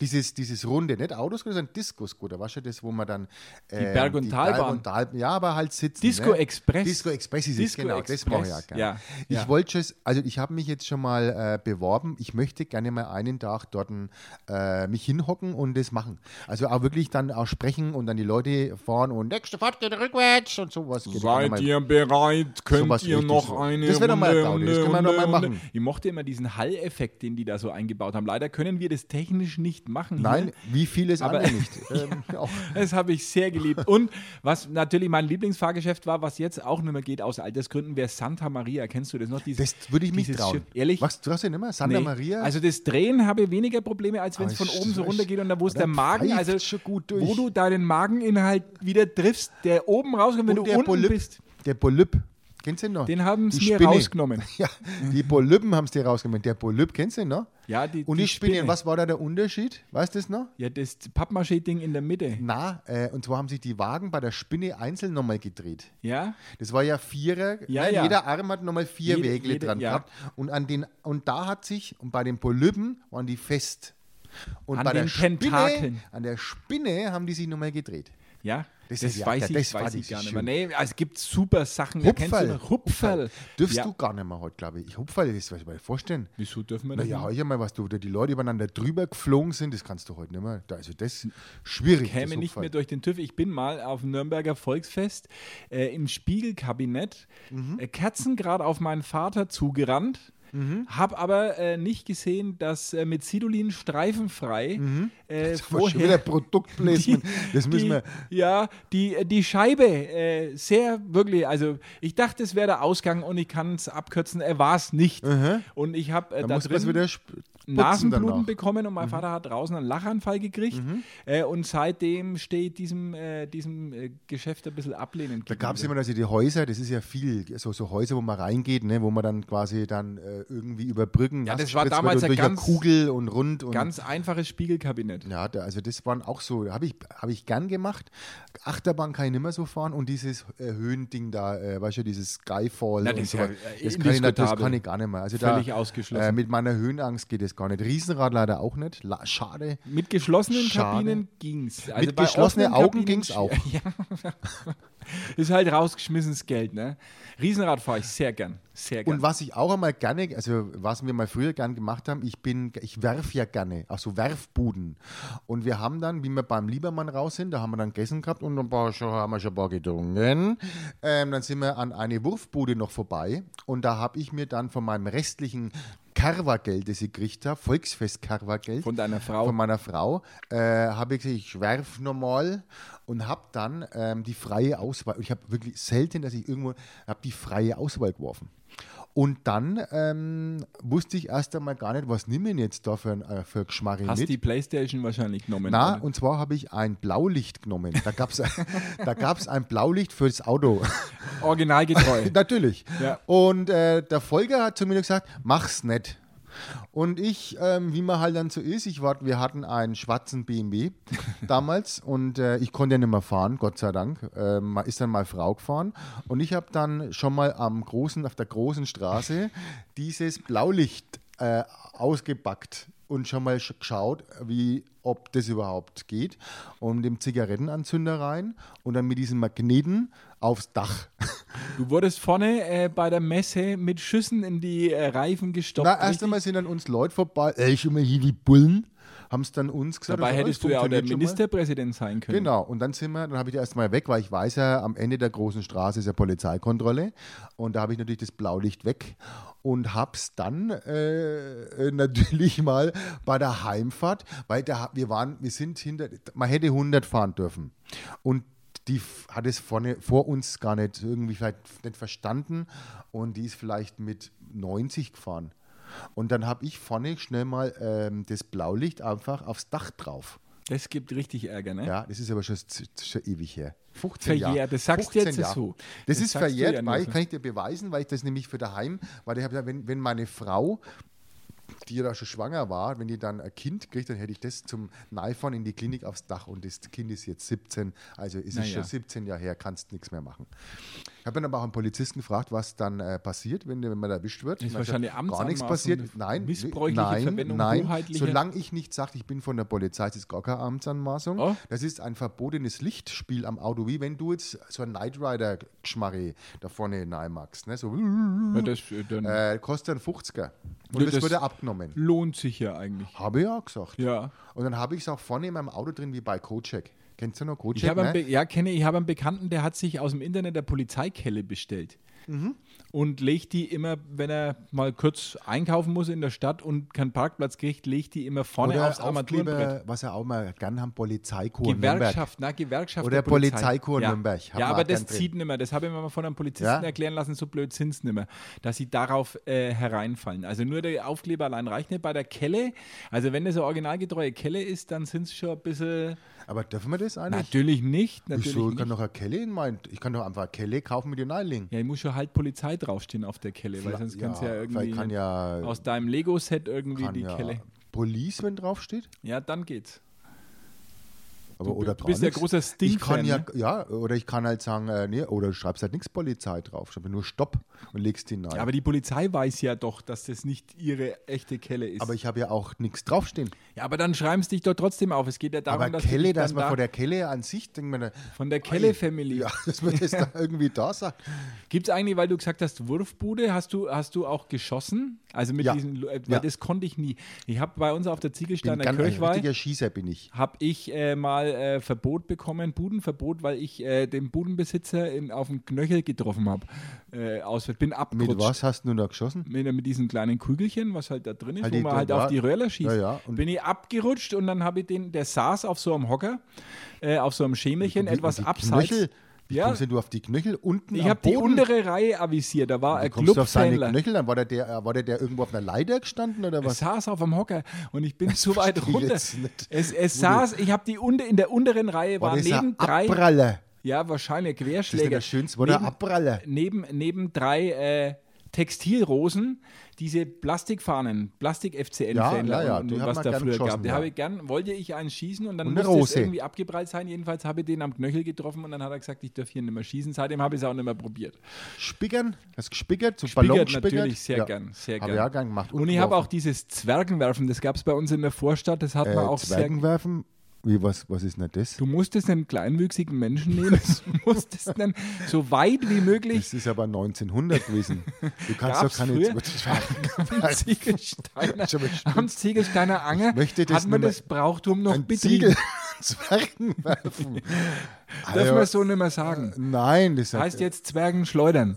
Speaker 4: Dieses, dieses runde, nicht Autoskoda, sondern Disco-Skoda. Weißt du das, wo man dann. ähm,
Speaker 3: Berg- und Talbahn.
Speaker 4: Berg- und Talbahn. Ja, aber halt sitzen.
Speaker 3: Disco
Speaker 4: ne?
Speaker 3: Express.
Speaker 4: Disco Express ist es,
Speaker 3: Disco
Speaker 4: genau. Das brauche ich ja
Speaker 3: Express,
Speaker 4: gerne.
Speaker 3: ja,
Speaker 4: Ich
Speaker 3: ja.
Speaker 4: wollte schon, also ich habe mich jetzt schon mal äh, beworben. Ich möchte gerne mal einen Tag dort äh, mich hinhocken und das machen. Also auch wirklich dann auch sprechen und dann die Leute fahren und nächste Fahrt geht rückwärts und sowas. Geht auch
Speaker 3: Seid
Speaker 4: mal-
Speaker 3: ihr bereit? Könnt
Speaker 4: Sowas
Speaker 3: ihr
Speaker 4: richtig
Speaker 3: noch
Speaker 4: so.
Speaker 3: eine
Speaker 4: Das wär doch mal
Speaker 3: Runde,
Speaker 4: eine Gaudi, das
Speaker 3: Runde,
Speaker 4: können wir doch
Speaker 3: Runde,
Speaker 4: mal
Speaker 3: Runde?
Speaker 4: machen.
Speaker 3: Ich mochte immer diesen Hall-Effekt, den die da so eingebaut haben. Leider können wir das technisch nicht machen.
Speaker 4: Nein,
Speaker 3: hier.
Speaker 4: wie viel ist
Speaker 3: Aber-
Speaker 4: aber nicht? Ähm, auch.
Speaker 3: Das habe ich sehr geliebt. Und was natürlich mein Lieblingsfahrgeschäft war, was jetzt auch nicht mehr geht aus Altersgründen, wäre Santa Maria. Kennst du das noch? Dieses-
Speaker 4: Das würde ich mich
Speaker 3: dieses
Speaker 4: trauen.
Speaker 3: Schiff. Ehrlich?
Speaker 4: Was, du hast ja nicht mehr? Santa
Speaker 3: Nee.
Speaker 4: Maria?
Speaker 3: Also das Drehen habe ich weniger Probleme, als wenn es
Speaker 4: Aber
Speaker 3: von
Speaker 4: es-
Speaker 3: oben so
Speaker 4: es-
Speaker 3: runtergeht und da wo es
Speaker 4: aber
Speaker 3: der
Speaker 4: da
Speaker 3: Magen,
Speaker 4: pfeift
Speaker 3: also
Speaker 4: schon gut durch.
Speaker 3: wo du deinen Mageninhalt wieder triffst, der oben rauskommt, wenn
Speaker 4: Und
Speaker 3: du
Speaker 4: der
Speaker 3: unten
Speaker 4: Polyp,
Speaker 3: bist.
Speaker 4: Der Polyp. Kennst du den noch?
Speaker 3: Den haben
Speaker 4: Die
Speaker 3: sie mir
Speaker 4: Spinne.
Speaker 3: rausgenommen.
Speaker 4: Ja, die Polypen haben es dir rausgenommen. Der Polyp, kennst du den noch?
Speaker 3: Ja, die-
Speaker 4: Und
Speaker 3: die
Speaker 4: die, Spinnen,
Speaker 3: Spinne.
Speaker 4: was war da der Unterschied? Weißt du das noch?
Speaker 3: Ja, das Pappmaché-Ding in der Mitte.
Speaker 4: Na, äh, und zwar haben sich die Wagen bei der Spinne einzeln nochmal gedreht.
Speaker 3: Ja?
Speaker 4: Das war ja Vierer.
Speaker 3: Ja,
Speaker 4: Nein,
Speaker 3: ja.
Speaker 4: Jeder Arm hat nochmal vier
Speaker 3: Jede-
Speaker 4: Wägele
Speaker 3: jede-
Speaker 4: dran
Speaker 3: ja.
Speaker 4: gehabt. Und, an den, und da hat sich, und bei den Polypen waren die fest. Und
Speaker 3: An
Speaker 4: bei
Speaker 3: den
Speaker 4: der Spinne,
Speaker 3: Tentakeln.
Speaker 4: an der Spinne haben die sich nochmal gedreht.
Speaker 3: Ja?
Speaker 4: Das
Speaker 3: Das,
Speaker 4: hätte ich auch
Speaker 3: weiß
Speaker 4: gern.
Speaker 3: ich,
Speaker 4: Das
Speaker 3: weiß
Speaker 4: fand
Speaker 3: ich
Speaker 4: ich
Speaker 3: gar nicht
Speaker 4: schön.
Speaker 3: mehr. Nee, also es gibt super Sachen. Ja, kennst du
Speaker 4: Hupferl.
Speaker 3: noch? Hupferl.
Speaker 4: Dürfst
Speaker 3: ja.
Speaker 4: du gar nicht mehr heute, glaube ich. Ich Hupferl, das weiß ich mir vorstellen.
Speaker 3: Wieso dürfen wir das
Speaker 4: Naja,
Speaker 3: nicht?
Speaker 4: ich einmal, was du, da die Leute übereinander drüber geflogen sind, das kannst du heute nicht mehr. Da- Also das ist schwierig.
Speaker 3: Hm. käme
Speaker 4: das
Speaker 3: nicht mehr
Speaker 4: Hupferl.
Speaker 3: durch den TÜV. Ich bin mal auf dem Nürnberger Volksfest äh, im Spiegelkabinett
Speaker 4: Mhm.
Speaker 3: äh, Kerzengrad auf meinen Vater zugerannt.
Speaker 4: Mhm.
Speaker 3: Hab aber äh, nicht gesehen, dass äh, mit Sidolin streifenfrei äh,
Speaker 4: Aber Mhm. schon wieder
Speaker 3: vorher
Speaker 4: Produktplacement. das müssen
Speaker 3: die,
Speaker 4: wir.
Speaker 3: Ja, die, äh, die Scheibe, äh, sehr wirklich, also ich dachte, es wäre der Ausgang und ich kann es abkürzen, er war es nicht. Und ich habe äh,
Speaker 4: Da
Speaker 3: da
Speaker 4: muss man
Speaker 3: drin
Speaker 4: wieder sp- putzen
Speaker 3: Nasenbluten
Speaker 4: danach. Mhm.
Speaker 3: bekommen und mein Vater hat draußen einen Lachanfall gekriegt. Äh, und seitdem stehe ich diesem, äh, diesem äh, Geschäft ein bisschen ablehnend.
Speaker 4: Da gab es
Speaker 3: gegenüber.
Speaker 4: immer also die Häuser, das ist ja viel, so, so Häuser, wo man reingeht, ne, wo man dann quasi dann äh, irgendwie über Brücken
Speaker 3: Ja, das
Speaker 4: nass
Speaker 3: war
Speaker 4: spritzt, weil
Speaker 3: damals
Speaker 4: du
Speaker 3: ja
Speaker 4: durch
Speaker 3: ganz-
Speaker 4: eine Kugel und rund und
Speaker 3: Ganz einfaches Spiegelkabinett.
Speaker 4: Ja, da, also das waren auch so, habe ich, hab ich gern gemacht. Achterbahn kann ich nicht mehr so fahren und dieses äh, Höhending da, äh, weißt du, dieses Skyfall
Speaker 3: Na, das
Speaker 4: und
Speaker 3: ist
Speaker 4: so.
Speaker 3: ja,
Speaker 4: was,
Speaker 3: äh,
Speaker 4: das, kann ich, nicht- das
Speaker 3: indiskutabel.
Speaker 4: kann ich gar nicht mehr. Also
Speaker 3: Völlig
Speaker 4: da,
Speaker 3: ausgeschlossen.
Speaker 4: Äh, mit meiner Höhenangst geht das gar nicht. Riesenrad leider auch nicht. La schade.
Speaker 3: Mit geschlossenen
Speaker 4: Schade.
Speaker 3: Kabinen ging's. Also
Speaker 4: Mit
Speaker 3: bei
Speaker 4: geschlossenen
Speaker 3: offenen
Speaker 4: Augen
Speaker 3: Kabinen
Speaker 4: ging's auch.
Speaker 3: Ja. Ist halt rausgeschmissenes Geld, ne? Riesenrad fahre ich sehr gern. Sehr gern.
Speaker 4: Und was ich auch einmal gerne, also was wir mal früher gern gemacht haben, ich bin, ich werf ja gerne, auch so Werfbuden. Und wir haben dann, wie wir beim Liebermann raus sind, da haben wir dann gegessen gehabt und ein paar, schon, haben wir schon ein paar gedrungen. Ähm, dann sind wir an eine Wurfbude noch vorbei und da habe ich mir dann von meinem restlichen Karwageld, das ich gekriegt habe, Volksfest-Karwageld.
Speaker 3: Von deiner Frau.
Speaker 4: Von meiner Frau. Äh, habe ich gesagt, ich werf normal und habe dann ähm, die freie Auswahl. Ich habe wirklich selten, dass ich irgendwo, habe die freie Auswahl geworfen. Und dann ähm, wusste ich erst einmal gar nicht, was nimm ich denn jetzt da für, ein- äh, für Geschmarri
Speaker 3: Hast
Speaker 4: mit.
Speaker 3: die Playstation wahrscheinlich genommen.
Speaker 4: Na,
Speaker 3: oder?
Speaker 4: und zwar habe ich ein Blaulicht genommen. Da gab es da gab's ein Blaulicht fürs Auto.
Speaker 3: Originalgetreu.
Speaker 4: Natürlich.
Speaker 3: Ja.
Speaker 4: Und äh, der Folger hat zu mir gesagt, mach's nicht. Und ich, ähm, wie man halt dann so ist, ich war, wir hatten einen schwarzen BMW damals und äh, ich konnte ja nicht mehr fahren, Gott sei Dank. Ähm, man ist dann mal Frau gefahren und ich habe dann schon mal am großen, auf der großen Straße dieses Blaulicht äh, ausgepackt und schon mal sch- geschaut, wie, ob das überhaupt geht. Und mit dem Zigarettenanzünder rein und dann mit diesen Magneten aufs Dach.
Speaker 3: Du wurdest vorne äh, bei der Messe mit Schüssen in die äh, Reifen gestoppt.
Speaker 4: Na, erst
Speaker 3: richtig?
Speaker 4: einmal sind an uns Leute vorbei, ey, schon mal hier die Bullen, haben es dann uns gesagt.
Speaker 3: Dabei
Speaker 4: und so,
Speaker 3: hättest
Speaker 4: oh,
Speaker 3: du ja auch der
Speaker 4: funktioniert schon mal.
Speaker 3: Ministerpräsident sein können.
Speaker 4: Genau, und dann sind wir, dann habe ich die erstmal weg, weil ich weiß ja, am Ende der großen Straße ist ja Polizeikontrolle. Und da habe ich natürlich das Blaulicht weg und hab's dann äh, äh, natürlich mal bei der Heimfahrt, weil da, hab- wir waren, wir sind hinter, man hätte 100 fahren dürfen. Und die f- hat es vorne, vor uns gar nicht irgendwie vielleicht nicht verstanden und die ist vielleicht mit 90 gefahren. Und dann habe ich vorne schnell mal ähm, das Blaulicht einfach aufs Dach drauf.
Speaker 3: Das gibt richtig Ärger, ne?
Speaker 4: Ja, das ist aber schon, schon ewig her. 15
Speaker 3: Verjährt,
Speaker 4: Jahre.
Speaker 3: das sagst du
Speaker 4: 15
Speaker 3: jetzt
Speaker 4: Jahre.
Speaker 3: so. Das
Speaker 4: Das, ist
Speaker 3: sagst du
Speaker 4: verjährt,
Speaker 3: ja
Speaker 4: weil
Speaker 3: nur so.
Speaker 4: kann ich dir beweisen, weil ich das nämlich für daheim, weil ich habe gesagt, wenn, wenn meine Frau, die ja da schon schwanger war, wenn die dann ein Kind kriegt, dann hätte ich das zum Neifern in die Klinik aufs Dach und das Kind ist jetzt 17, also ist es
Speaker 3: Naja.
Speaker 4: schon 17 Jahre her, kannst nichts mehr machen. Ich habe dann aber auch einen Polizisten gefragt, was dann äh, passiert, wenn, wenn man erwischt wird.
Speaker 3: Das ist
Speaker 4: Und er
Speaker 3: wahrscheinlich
Speaker 4: hat gesagt, Gar nichts
Speaker 3: Amtsanmaßung,
Speaker 4: passiert. Nein,
Speaker 3: missbräuchliche
Speaker 4: nein,
Speaker 3: Verwendung
Speaker 4: nein.
Speaker 3: hoheitlicher-
Speaker 4: Solange solange ich nicht sage, ich bin von der Polizei, das ist gar keine Amtsanmaßung.
Speaker 3: Oh.
Speaker 4: Das ist ein verbotenes Lichtspiel am Auto, wie wenn du jetzt so ein Knight rider geschmarre da vorne hineinmachst. Ne? So,
Speaker 3: Ja, das, äh, dann
Speaker 4: äh, kostet ein 50er. Und
Speaker 3: Ja,
Speaker 4: das,
Speaker 3: das-
Speaker 4: wurde abgenommen.
Speaker 3: lohnt sich ja eigentlich.
Speaker 4: Habe ich auch gesagt.
Speaker 3: Ja.
Speaker 4: Und dann habe ich es auch vorne in meinem Auto drin, wie bei Kocek. Kennst du noch Kocek?
Speaker 3: Ich habe einen,
Speaker 4: ne?
Speaker 3: Be ja, kenne, ich habe einen Bekannten, der hat sich aus dem Internet der Polizeikelle bestellt.
Speaker 4: Mhm.
Speaker 3: Und legt die immer, wenn er mal kurz einkaufen muss in der Stadt und keinen Parkplatz kriegt, legt die immer vorne
Speaker 4: Oder
Speaker 3: aufs Armaturenbrett.
Speaker 4: Aufkleber, was er auch mal gern haben, Polizeikorps Nürnberg.
Speaker 3: Gewerkschaft, na, Gewerkschaft.
Speaker 4: Oder
Speaker 3: der Polizei.
Speaker 4: Polizeikorps
Speaker 3: ja.
Speaker 4: Nürnberg. Haben
Speaker 3: Ja,
Speaker 4: wir
Speaker 3: aber
Speaker 4: auch gern
Speaker 3: das
Speaker 4: drin.
Speaker 3: zieht nimmer. Das habe ich mir mal von einem Polizisten
Speaker 4: Ja?
Speaker 3: erklären lassen, so blöd sind es nimmer, dass sie darauf äh, hereinfallen. Also nur der Aufkleber allein reicht nicht. Bei der Kelle, also wenn das eine originalgetreue Kelle ist, dann sind es schon ein bisschen.
Speaker 4: Aber dürfen wir das eigentlich?
Speaker 3: Natürlich nicht. Natürlich
Speaker 4: Wieso? Ich
Speaker 3: nicht.
Speaker 4: kann doch eine Kelle in mein, ich kann doch einfach eine Kelle kaufen mit den Eiling.
Speaker 3: Ja, ich muss schon halt Polizei draufstehen auf der Kelle, weil
Speaker 4: Vielleicht-
Speaker 3: sonst kannst du ja
Speaker 4: ja,
Speaker 3: irgendwie
Speaker 4: vielleicht kann
Speaker 3: nicht-
Speaker 4: ja-
Speaker 3: aus deinem Lego-Set irgendwie
Speaker 4: Kann
Speaker 3: die
Speaker 4: ja
Speaker 3: Kelle.
Speaker 4: Police, wenn draufsteht?
Speaker 3: Ja, dann geht's.
Speaker 4: Aber, oder
Speaker 3: du
Speaker 4: gar
Speaker 3: bist ja
Speaker 4: nix.
Speaker 3: großer
Speaker 4: Ich kann
Speaker 3: Sting-Fan,
Speaker 4: ja,
Speaker 3: ne?
Speaker 4: ja, oder ich kann halt sagen, äh, nee, oder du schreibst halt nichts Polizei drauf, schreib nur Stopp und legst die rein.
Speaker 3: Aber die Polizei weiß ja doch, dass das nicht ihre echte Kelle ist.
Speaker 4: aber ich habe ja auch nichts draufstehen.
Speaker 3: ja, aber dann schreiben sie dich doch trotzdem auf. Es geht ja darum,
Speaker 4: aber
Speaker 3: dass du
Speaker 4: Kelle,
Speaker 3: dich dann
Speaker 4: dass man
Speaker 3: da
Speaker 4: von der Kelle an sich denkt, man, äh,
Speaker 3: von der Kelle-Family.
Speaker 4: ja, dass man das da irgendwie da sagt.
Speaker 3: Gibt's eigentlich, weil du gesagt hast, Wurfbude, hast du, hast du auch geschossen? Also mit
Speaker 4: Ja.
Speaker 3: diesem, äh, weil
Speaker 4: Ja.
Speaker 3: das konnte ich nie. Ich habe bei uns auf der
Speaker 4: Ich bin
Speaker 3: Ziegelsteiner
Speaker 4: ganz ein
Speaker 3: Kirchweih
Speaker 4: richtiger Schießer bin ich.
Speaker 3: habe ich äh, mal äh, Verbot bekommen, Budenverbot, weil ich äh, den Budenbesitzer in, auf den Knöchel getroffen habe. Äh, auswärts. Bin abgerutscht.
Speaker 4: Mit was hast du denn da geschossen?
Speaker 3: Mit, mit diesen kleinen Kügelchen, was halt da drin ist,
Speaker 4: Halt
Speaker 3: wo
Speaker 4: die-
Speaker 3: man halt
Speaker 4: ja,
Speaker 3: auf die Röhrler schießt.
Speaker 4: ja, ja, und-
Speaker 3: Bin ich abgerutscht und dann habe ich den, der saß auf so einem Hocker, äh, auf so einem Schemelchen,
Speaker 4: Und die-
Speaker 3: etwas
Speaker 4: und die
Speaker 3: abseits.
Speaker 4: Knöchel? Wie
Speaker 3: Ja.
Speaker 4: kommst denn du auf die Knöchel unten
Speaker 3: Ich
Speaker 4: am
Speaker 3: habe die
Speaker 4: Boden?
Speaker 3: untere Reihe avisiert, da war
Speaker 4: Wie
Speaker 3: ein
Speaker 4: kommst du auf seine
Speaker 3: Clubfähnler.
Speaker 4: Knöchel? Dann war der, der, äh, war der, der irgendwo auf einer Leiter gestanden oder
Speaker 3: Es
Speaker 4: was?
Speaker 3: saß auf dem Hocker und ich bin zu
Speaker 4: verstehe
Speaker 3: weit
Speaker 4: ich
Speaker 3: runter.
Speaker 4: jetzt nicht.
Speaker 3: Es, es saß, ich habe die unter, in der unteren Reihe
Speaker 4: War
Speaker 3: waren
Speaker 4: das ein
Speaker 3: neben drei.
Speaker 4: Abpraller?
Speaker 3: Ja, wahrscheinlich
Speaker 4: Das ist
Speaker 3: Querschläger.
Speaker 4: nicht das Schönste, war der
Speaker 3: Neben-
Speaker 4: Abpraller.
Speaker 3: neben, neben drei äh, Textilrosen diese Plastikfahnen, Plastik-FCN-Fähnler
Speaker 4: Ja, ja, ja,
Speaker 3: und,
Speaker 4: die
Speaker 3: und
Speaker 4: haben
Speaker 3: was
Speaker 4: wir
Speaker 3: da
Speaker 4: gern
Speaker 3: früher
Speaker 4: geschossen,
Speaker 3: gab. Die
Speaker 4: ja.
Speaker 3: habe ich gern, wollte ich einen schießen und dann
Speaker 4: Und eine
Speaker 3: musste es
Speaker 4: Rose.
Speaker 3: irgendwie abgeprallt sein. Jedenfalls habe ich den am Knöchel getroffen und dann hat er gesagt, ich darf hier nicht mehr schießen. Seitdem habe ich es auch nicht mehr probiert.
Speaker 4: Spickern? Hast du gespickert? So
Speaker 3: Spickert
Speaker 4: Ballon gespickert?
Speaker 3: natürlich sehr gern. Sehr
Speaker 4: Habe
Speaker 3: gern.
Speaker 4: ich auch gern gemacht.
Speaker 3: Und, ich habe auch
Speaker 4: geworfen.
Speaker 3: dieses Zwergenwerfen, das gab es bei uns in der Vorstadt, das hat man
Speaker 4: äh,
Speaker 3: auch sehr
Speaker 4: Zwergenwerfen? Wie, was, was ist denn das?
Speaker 3: Du musstest einen kleinwüchsigen Menschen nehmen, du musstest einen so weit wie möglich
Speaker 4: Das ist aber 1900 gewesen. Du kannst
Speaker 3: Gab's
Speaker 4: doch keine
Speaker 3: früher? am
Speaker 4: Zwergenwerfen.
Speaker 3: Ziegelsteiner,
Speaker 4: Schon mal spitz.
Speaker 3: am Ziegelsteiner Anger
Speaker 4: Ich möchte das
Speaker 3: hat man
Speaker 4: nimmer-
Speaker 3: das Brauchtum noch
Speaker 4: Ein
Speaker 3: betrieben.
Speaker 4: Ziegel Zwergenwerfen.
Speaker 3: Darf
Speaker 4: Also,
Speaker 3: man so nicht mehr sagen.
Speaker 4: Nein, das
Speaker 3: Heißt jetzt Zwergen schleudern.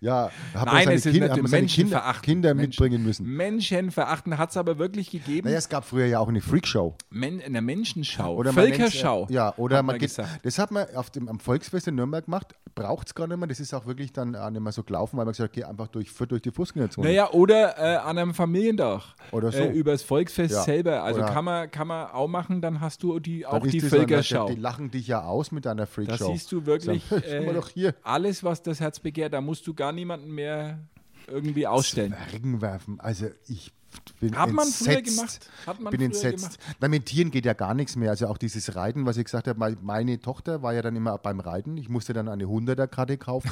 Speaker 4: Ja, da hat man
Speaker 3: Nein,
Speaker 4: seine
Speaker 3: es ist natürlich
Speaker 4: Kinder- hat man seine Kinder,
Speaker 3: menschenverachtend.
Speaker 4: Kinder
Speaker 3: Menschen-
Speaker 4: mitbringen müssen.
Speaker 3: Menschen verachten hat es aber wirklich gegeben.
Speaker 4: Naja, es gab früher ja auch eine Freakshow.
Speaker 3: Men eine Menschenschau,
Speaker 4: Oder man
Speaker 3: Völkerschau.
Speaker 4: nennt's, äh, Ja, oder
Speaker 3: hat
Speaker 4: man geht,
Speaker 3: gesagt.
Speaker 4: das hat man auf dem, am Volksfest in Nürnberg gemacht, braucht es gar nicht mehr. Das ist auch wirklich dann auch nicht mehr so gelaufen, weil man gesagt hat, geh einfach durch, führt durch die Fußgängerzone.
Speaker 3: Naja, oder äh, an einem Familiendach.
Speaker 4: Oder so.
Speaker 3: Äh, übers Volksfest
Speaker 4: Ja.
Speaker 3: selber. Also
Speaker 4: Oder-
Speaker 3: kann man, kann man auch machen, dann hast du die,
Speaker 4: Dann
Speaker 3: auch
Speaker 4: ist
Speaker 3: die
Speaker 4: das so, dann-
Speaker 3: Völkerschau.
Speaker 4: Die lachen dich ja aus mit deiner
Speaker 3: Da
Speaker 4: Freakshow.
Speaker 3: siehst du wirklich
Speaker 4: Sag, schau
Speaker 3: äh,
Speaker 4: mal doch hier.
Speaker 3: alles, was das Herz begehrt. Da musst du gar niemanden mehr irgendwie ausstellen.
Speaker 4: Regenwerfen, also ich bin
Speaker 3: Hat man
Speaker 4: entsetzt.
Speaker 3: früher gemacht. Hat man
Speaker 4: bin
Speaker 3: früher
Speaker 4: entsetzt.
Speaker 3: gemacht.
Speaker 4: Na, mit Tieren geht ja gar nichts mehr. Also auch dieses Reiten, was ich gesagt habe, mein- meine Tochter war ja dann immer beim Reiten. Ich musste dann eine 100er-Karte kaufen.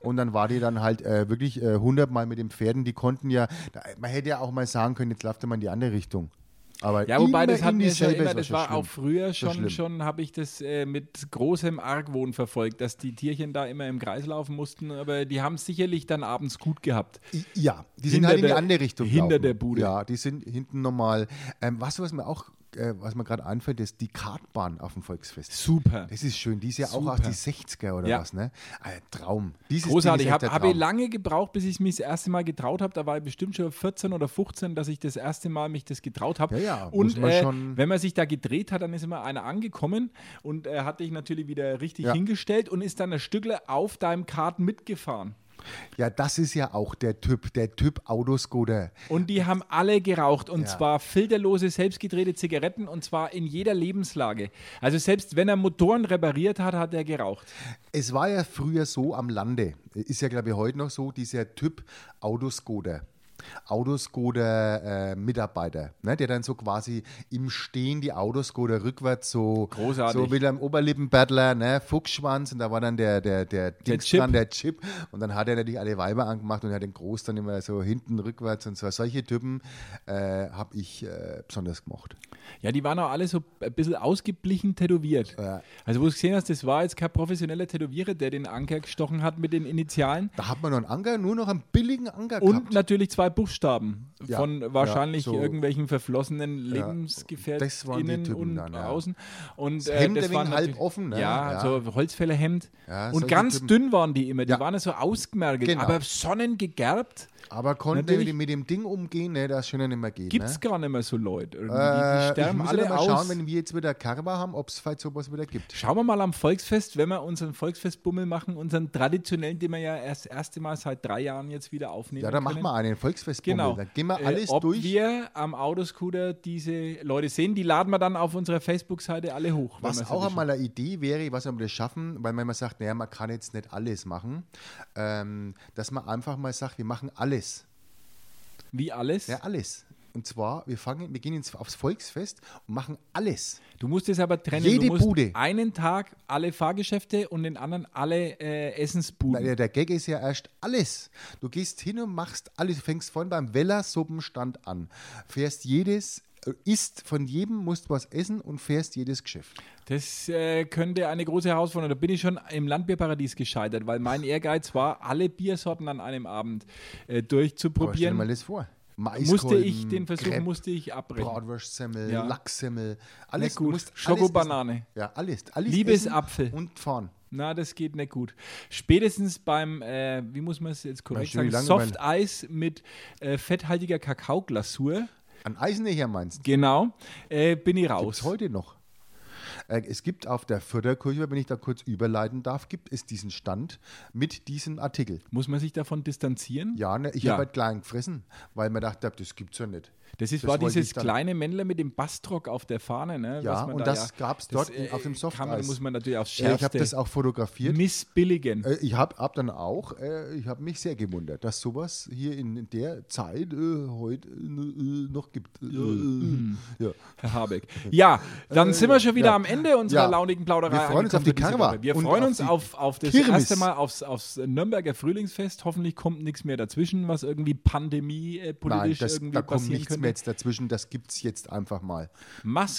Speaker 4: und dann war die dann halt äh, wirklich äh, 100 Mal mit den Pferden. Die konnten ja, da- man hätte ja auch mal sagen können, jetzt läuft er mal in die andere Richtung. Aber
Speaker 3: Ja, wobei
Speaker 4: immer
Speaker 3: das hat
Speaker 4: in
Speaker 3: mir schon
Speaker 4: dieselbe,
Speaker 3: immer, das
Speaker 4: schon
Speaker 3: war
Speaker 4: schlimm.
Speaker 3: auch früher
Speaker 4: Schon
Speaker 3: schon,
Speaker 4: schlimm.
Speaker 3: schon habe ich das äh, mit großem Argwohn verfolgt, dass die Tierchen da immer im Kreis laufen mussten, aber die haben sicherlich dann abends gut gehabt.
Speaker 4: I- Ja, die sind
Speaker 3: Hinter
Speaker 4: halt in die
Speaker 3: der-
Speaker 4: andere Richtung.
Speaker 3: hinter
Speaker 4: gelaufen.
Speaker 3: der Bude.
Speaker 4: Ja, die sind hinten normal. Ähm, was, was mir auch, äh, was mir gerade einfällt, ist die Kartbahn auf dem Volksfest.
Speaker 3: Super.
Speaker 4: Das ist schön. Die ist ja auch aus die 60er oder
Speaker 3: Ja.
Speaker 4: was, ne? Ein Traum. Dieses
Speaker 3: Großartig.
Speaker 4: Ding ist
Speaker 3: Habe
Speaker 4: echt
Speaker 3: hab
Speaker 4: der
Speaker 3: ich
Speaker 4: Traum.
Speaker 3: lange gebraucht, bis ich mich das erste Mal getraut habe. Da war ich bestimmt schon 14 oder 15, dass ich das erste Mal mich das getraut habe.
Speaker 4: Ja, ja, muss
Speaker 3: und
Speaker 4: man
Speaker 3: äh,
Speaker 4: schon-
Speaker 3: wenn man sich da gedreht hat, dann ist immer einer angekommen und äh, hat dich natürlich wieder richtig
Speaker 4: Ja.
Speaker 3: hingestellt und ist dann ein Stückle auf deinem Kart mitgefahren.
Speaker 4: Ja, das ist ja auch der Typ, der Typ Autoscooter.
Speaker 3: Und die haben alle geraucht und
Speaker 4: Ja.
Speaker 3: zwar filterlose, selbstgedrehte Zigaretten und zwar in jeder Lebenslage. Also selbst wenn er Motoren repariert hat, hat er geraucht.
Speaker 4: Es war ja früher so am Lande, ist ja glaube ich heute noch so, dieser Typ Autoscoder. Autoscoder-Mitarbeiter, äh, ne, der dann so quasi im Stehen die Autoscoder rückwärts so,
Speaker 3: Großartig.
Speaker 4: so mit einem Oberlippenbattler, ne, Fuchsschwanz und da war dann der, der, der, Dings
Speaker 3: Chip.
Speaker 4: dran, der Chip und dann hat er natürlich alle Weiber angemacht und hat den Groß dann immer so hinten rückwärts und so. Solche Typen äh, habe ich äh, besonders gemacht.
Speaker 3: Ja, die waren auch alle so ein bisschen ausgeblichen tätowiert. Also wo du gesehen hast, das war jetzt kein professioneller Tätowierer, der den Anker gestochen hat mit den Initialen.
Speaker 4: Da hat man noch einen Anker, nur noch einen billigen Anker
Speaker 3: Und
Speaker 4: gehabt.
Speaker 3: natürlich zwei Buchstaben
Speaker 4: Ja,
Speaker 3: von wahrscheinlich
Speaker 4: ja, so.
Speaker 3: irgendwelchen verflossenen Lebensgefährten
Speaker 4: Das waren die Typen
Speaker 3: und
Speaker 4: dann, ja.
Speaker 3: außen. Und
Speaker 4: Das Hemd
Speaker 3: äh, das
Speaker 4: ein
Speaker 3: waren
Speaker 4: wenig halb
Speaker 3: natürlich-
Speaker 4: offen, ne?
Speaker 3: Ja,
Speaker 4: Ja.
Speaker 3: so Holzfällerhemd.
Speaker 4: Ja,
Speaker 3: und
Speaker 4: solche
Speaker 3: ganz
Speaker 4: Typen.
Speaker 3: dünn waren die immer. Die
Speaker 4: Ja.
Speaker 3: waren so ausgemergelt,
Speaker 4: Genau.
Speaker 3: aber sonnengegerbt.
Speaker 4: Aber konnte
Speaker 3: Natürlich.
Speaker 4: mit, mit dem Ding umgehen, ne, das schöner nicht mehr geht.
Speaker 3: Gibt es
Speaker 4: ne?
Speaker 3: gar nicht mehr so Leute. Irgendwie. Die, die
Speaker 4: Äh, ich
Speaker 3: sterben
Speaker 4: muss
Speaker 3: alle
Speaker 4: alle mal
Speaker 3: aus.
Speaker 4: schauen, wenn wir jetzt wieder Karma haben, ob es vielleicht sowas wieder gibt.
Speaker 3: Schauen wir mal am Volksfest, wenn wir unseren Volksfestbummel machen, unseren traditionellen, den wir ja erst das erste Mal seit drei Jahren jetzt wieder aufnehmen.
Speaker 4: Ja, dann machen
Speaker 3: können.
Speaker 4: wir einen Volksfestbummel.
Speaker 3: Genau.
Speaker 4: Dann gehen wir
Speaker 3: Äh,
Speaker 4: alles
Speaker 3: Ob
Speaker 4: durch.
Speaker 3: wir am Autoscooter diese Leute sehen, die laden wir dann auf unserer Facebook-Seite alle hoch. wenn wir
Speaker 4: was
Speaker 3: sie
Speaker 4: auch
Speaker 3: wissen.
Speaker 4: einmal eine Idee wäre, was wir das schaffen, weil man immer sagt, naja, man kann jetzt nicht alles machen, ähm, dass man einfach mal sagt, wir machen alles.
Speaker 3: Wie alles.
Speaker 4: Ja, alles. Und zwar, wir fangen, wir gehen ins, aufs Volksfest und machen alles.
Speaker 3: Du musst es aber trennen. du
Speaker 4: Jede
Speaker 3: musst
Speaker 4: Bude.
Speaker 3: einen Tag alle Fahrgeschäfte und den anderen alle äh, Essensbuden.
Speaker 4: Weil der, der Gag ist ja erst alles. Du gehst hin und machst alles. Du fängst vorhin beim Weller-Suppenstand an. Fährst jedes, äh, isst von jedem, musst was essen und fährst jedes Geschäft.
Speaker 3: Das äh, könnte eine große Herausforderung. Da bin ich schon im Landbierparadies gescheitert, weil mein Ehrgeiz war, alle Biersorten an einem Abend äh,
Speaker 4: Aber stell dir
Speaker 3: durchzuprobieren.
Speaker 4: mal das vor. Maiskolben,
Speaker 3: musste ich den Versuch,
Speaker 4: Crepe,
Speaker 3: musste ich abbrechen.
Speaker 4: Bratwurstsemmel,
Speaker 3: Ja.
Speaker 4: Lachssemmel, alles
Speaker 3: gut.
Speaker 4: du musst alles
Speaker 3: Schokobanane.
Speaker 4: essen. Ja, alles. alles
Speaker 3: Liebesapfel.
Speaker 4: essen Und fahren.
Speaker 3: Na, das geht nicht gut. Spätestens beim, äh, wie muss man es jetzt korrekt
Speaker 4: schön
Speaker 3: sagen,
Speaker 4: die Langeweile.
Speaker 3: Soft-Eis mit äh, fetthaltiger Kakaoglasur,
Speaker 4: An Eisenecher meinst
Speaker 3: genau, äh, bin ich
Speaker 4: du? Gibt's
Speaker 3: raus.
Speaker 4: heute noch. Äh, Es gibt auf der Förderkirche, wenn ich da kurz überleiten darf, gibt es diesen Stand mit diesem Artikel.
Speaker 3: Muss man sich davon distanzieren?
Speaker 4: Ja, ne, ich
Speaker 3: Ja.
Speaker 4: habe halt klein gefressen, weil mir gedacht habe, das gibt's ja nicht.
Speaker 3: Das, ist,
Speaker 4: Das
Speaker 3: war
Speaker 4: wollte
Speaker 3: dieses
Speaker 4: ich dann-
Speaker 3: kleine Männle mit dem Bastrock auf der Fahne, ne?
Speaker 4: Ja,
Speaker 3: man
Speaker 4: und das gab's
Speaker 3: das, äh,
Speaker 4: dort auf dem
Speaker 3: kann man-
Speaker 4: Softeis.
Speaker 3: muss man natürlich aufs
Speaker 4: Ja, Äh, ich
Speaker 3: Schärfste
Speaker 4: habe das auch fotografiert.
Speaker 3: missbilligen.
Speaker 4: Äh, Ich habe hab dann auch, äh, ich habe mich sehr gewundert, dass sowas hier in der Zeit äh, heute äh, äh, noch gibt. Äh, äh, ja.
Speaker 3: Herr Habeck. Ja, dann sind wir schon wieder
Speaker 4: Äh, ja.
Speaker 3: am Ende unserer
Speaker 4: Ja.
Speaker 3: launigen Plauderei.
Speaker 4: Wir freuen uns auf die
Speaker 3: angekommen für diese
Speaker 4: Karwa
Speaker 3: Woche. Wir
Speaker 4: und
Speaker 3: freuen
Speaker 4: auf
Speaker 3: uns
Speaker 4: die
Speaker 3: auf, auf das
Speaker 4: Kirmes.
Speaker 3: erste Mal aufs, aufs Nürnberger Frühlingsfest. Hoffentlich kommt nichts mehr dazwischen, was irgendwie
Speaker 4: Nein,
Speaker 3: pandemiepolitisch äh, politisch
Speaker 4: das,
Speaker 3: irgendwie
Speaker 4: da kommt
Speaker 3: passieren
Speaker 4: nichts
Speaker 3: könnte.
Speaker 4: mehr jetzt dazwischen, das gibt es jetzt einfach mal.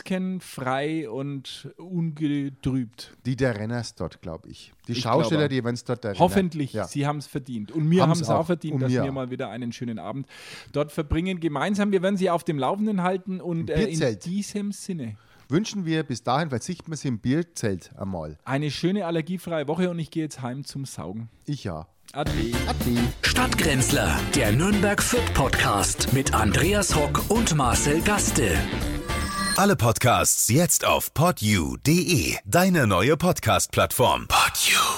Speaker 3: Maskenfrei und ungetrübt.
Speaker 4: Die der Renners dort, glaube ich. Die
Speaker 3: Ich
Speaker 4: Schausteller,
Speaker 3: glaube.
Speaker 4: die werden es dort erinnern.
Speaker 3: Hoffentlich,
Speaker 4: Ja.
Speaker 3: Sie haben es verdient. Und mir haben
Speaker 4: Haben's
Speaker 3: es auch
Speaker 4: auch.
Speaker 3: verdient,
Speaker 4: Und
Speaker 3: dass
Speaker 4: mir
Speaker 3: wir
Speaker 4: auch.
Speaker 3: mal wieder einen schönen Abend dort verbringen. Gemeinsam, wir werden Sie auf dem Laufenden halten. Und äh, in
Speaker 4: Bierzelt.
Speaker 3: diesem Sinne.
Speaker 4: Wünschen wir bis dahin, verzichten wir sie im Bierzelt einmal.
Speaker 3: Eine schöne allergiefreie Woche und ich gehe jetzt heim zum Saugen.
Speaker 4: Ich ja.
Speaker 3: Ade.
Speaker 4: Ade.
Speaker 1: Stadtgrenzler, der Nürnberg Fit Podcast mit Andreas Hock und Marcel Gaste.
Speaker 5: Alle Podcasts jetzt auf podyou.de, deine neue Podcast-Plattform. Podyou.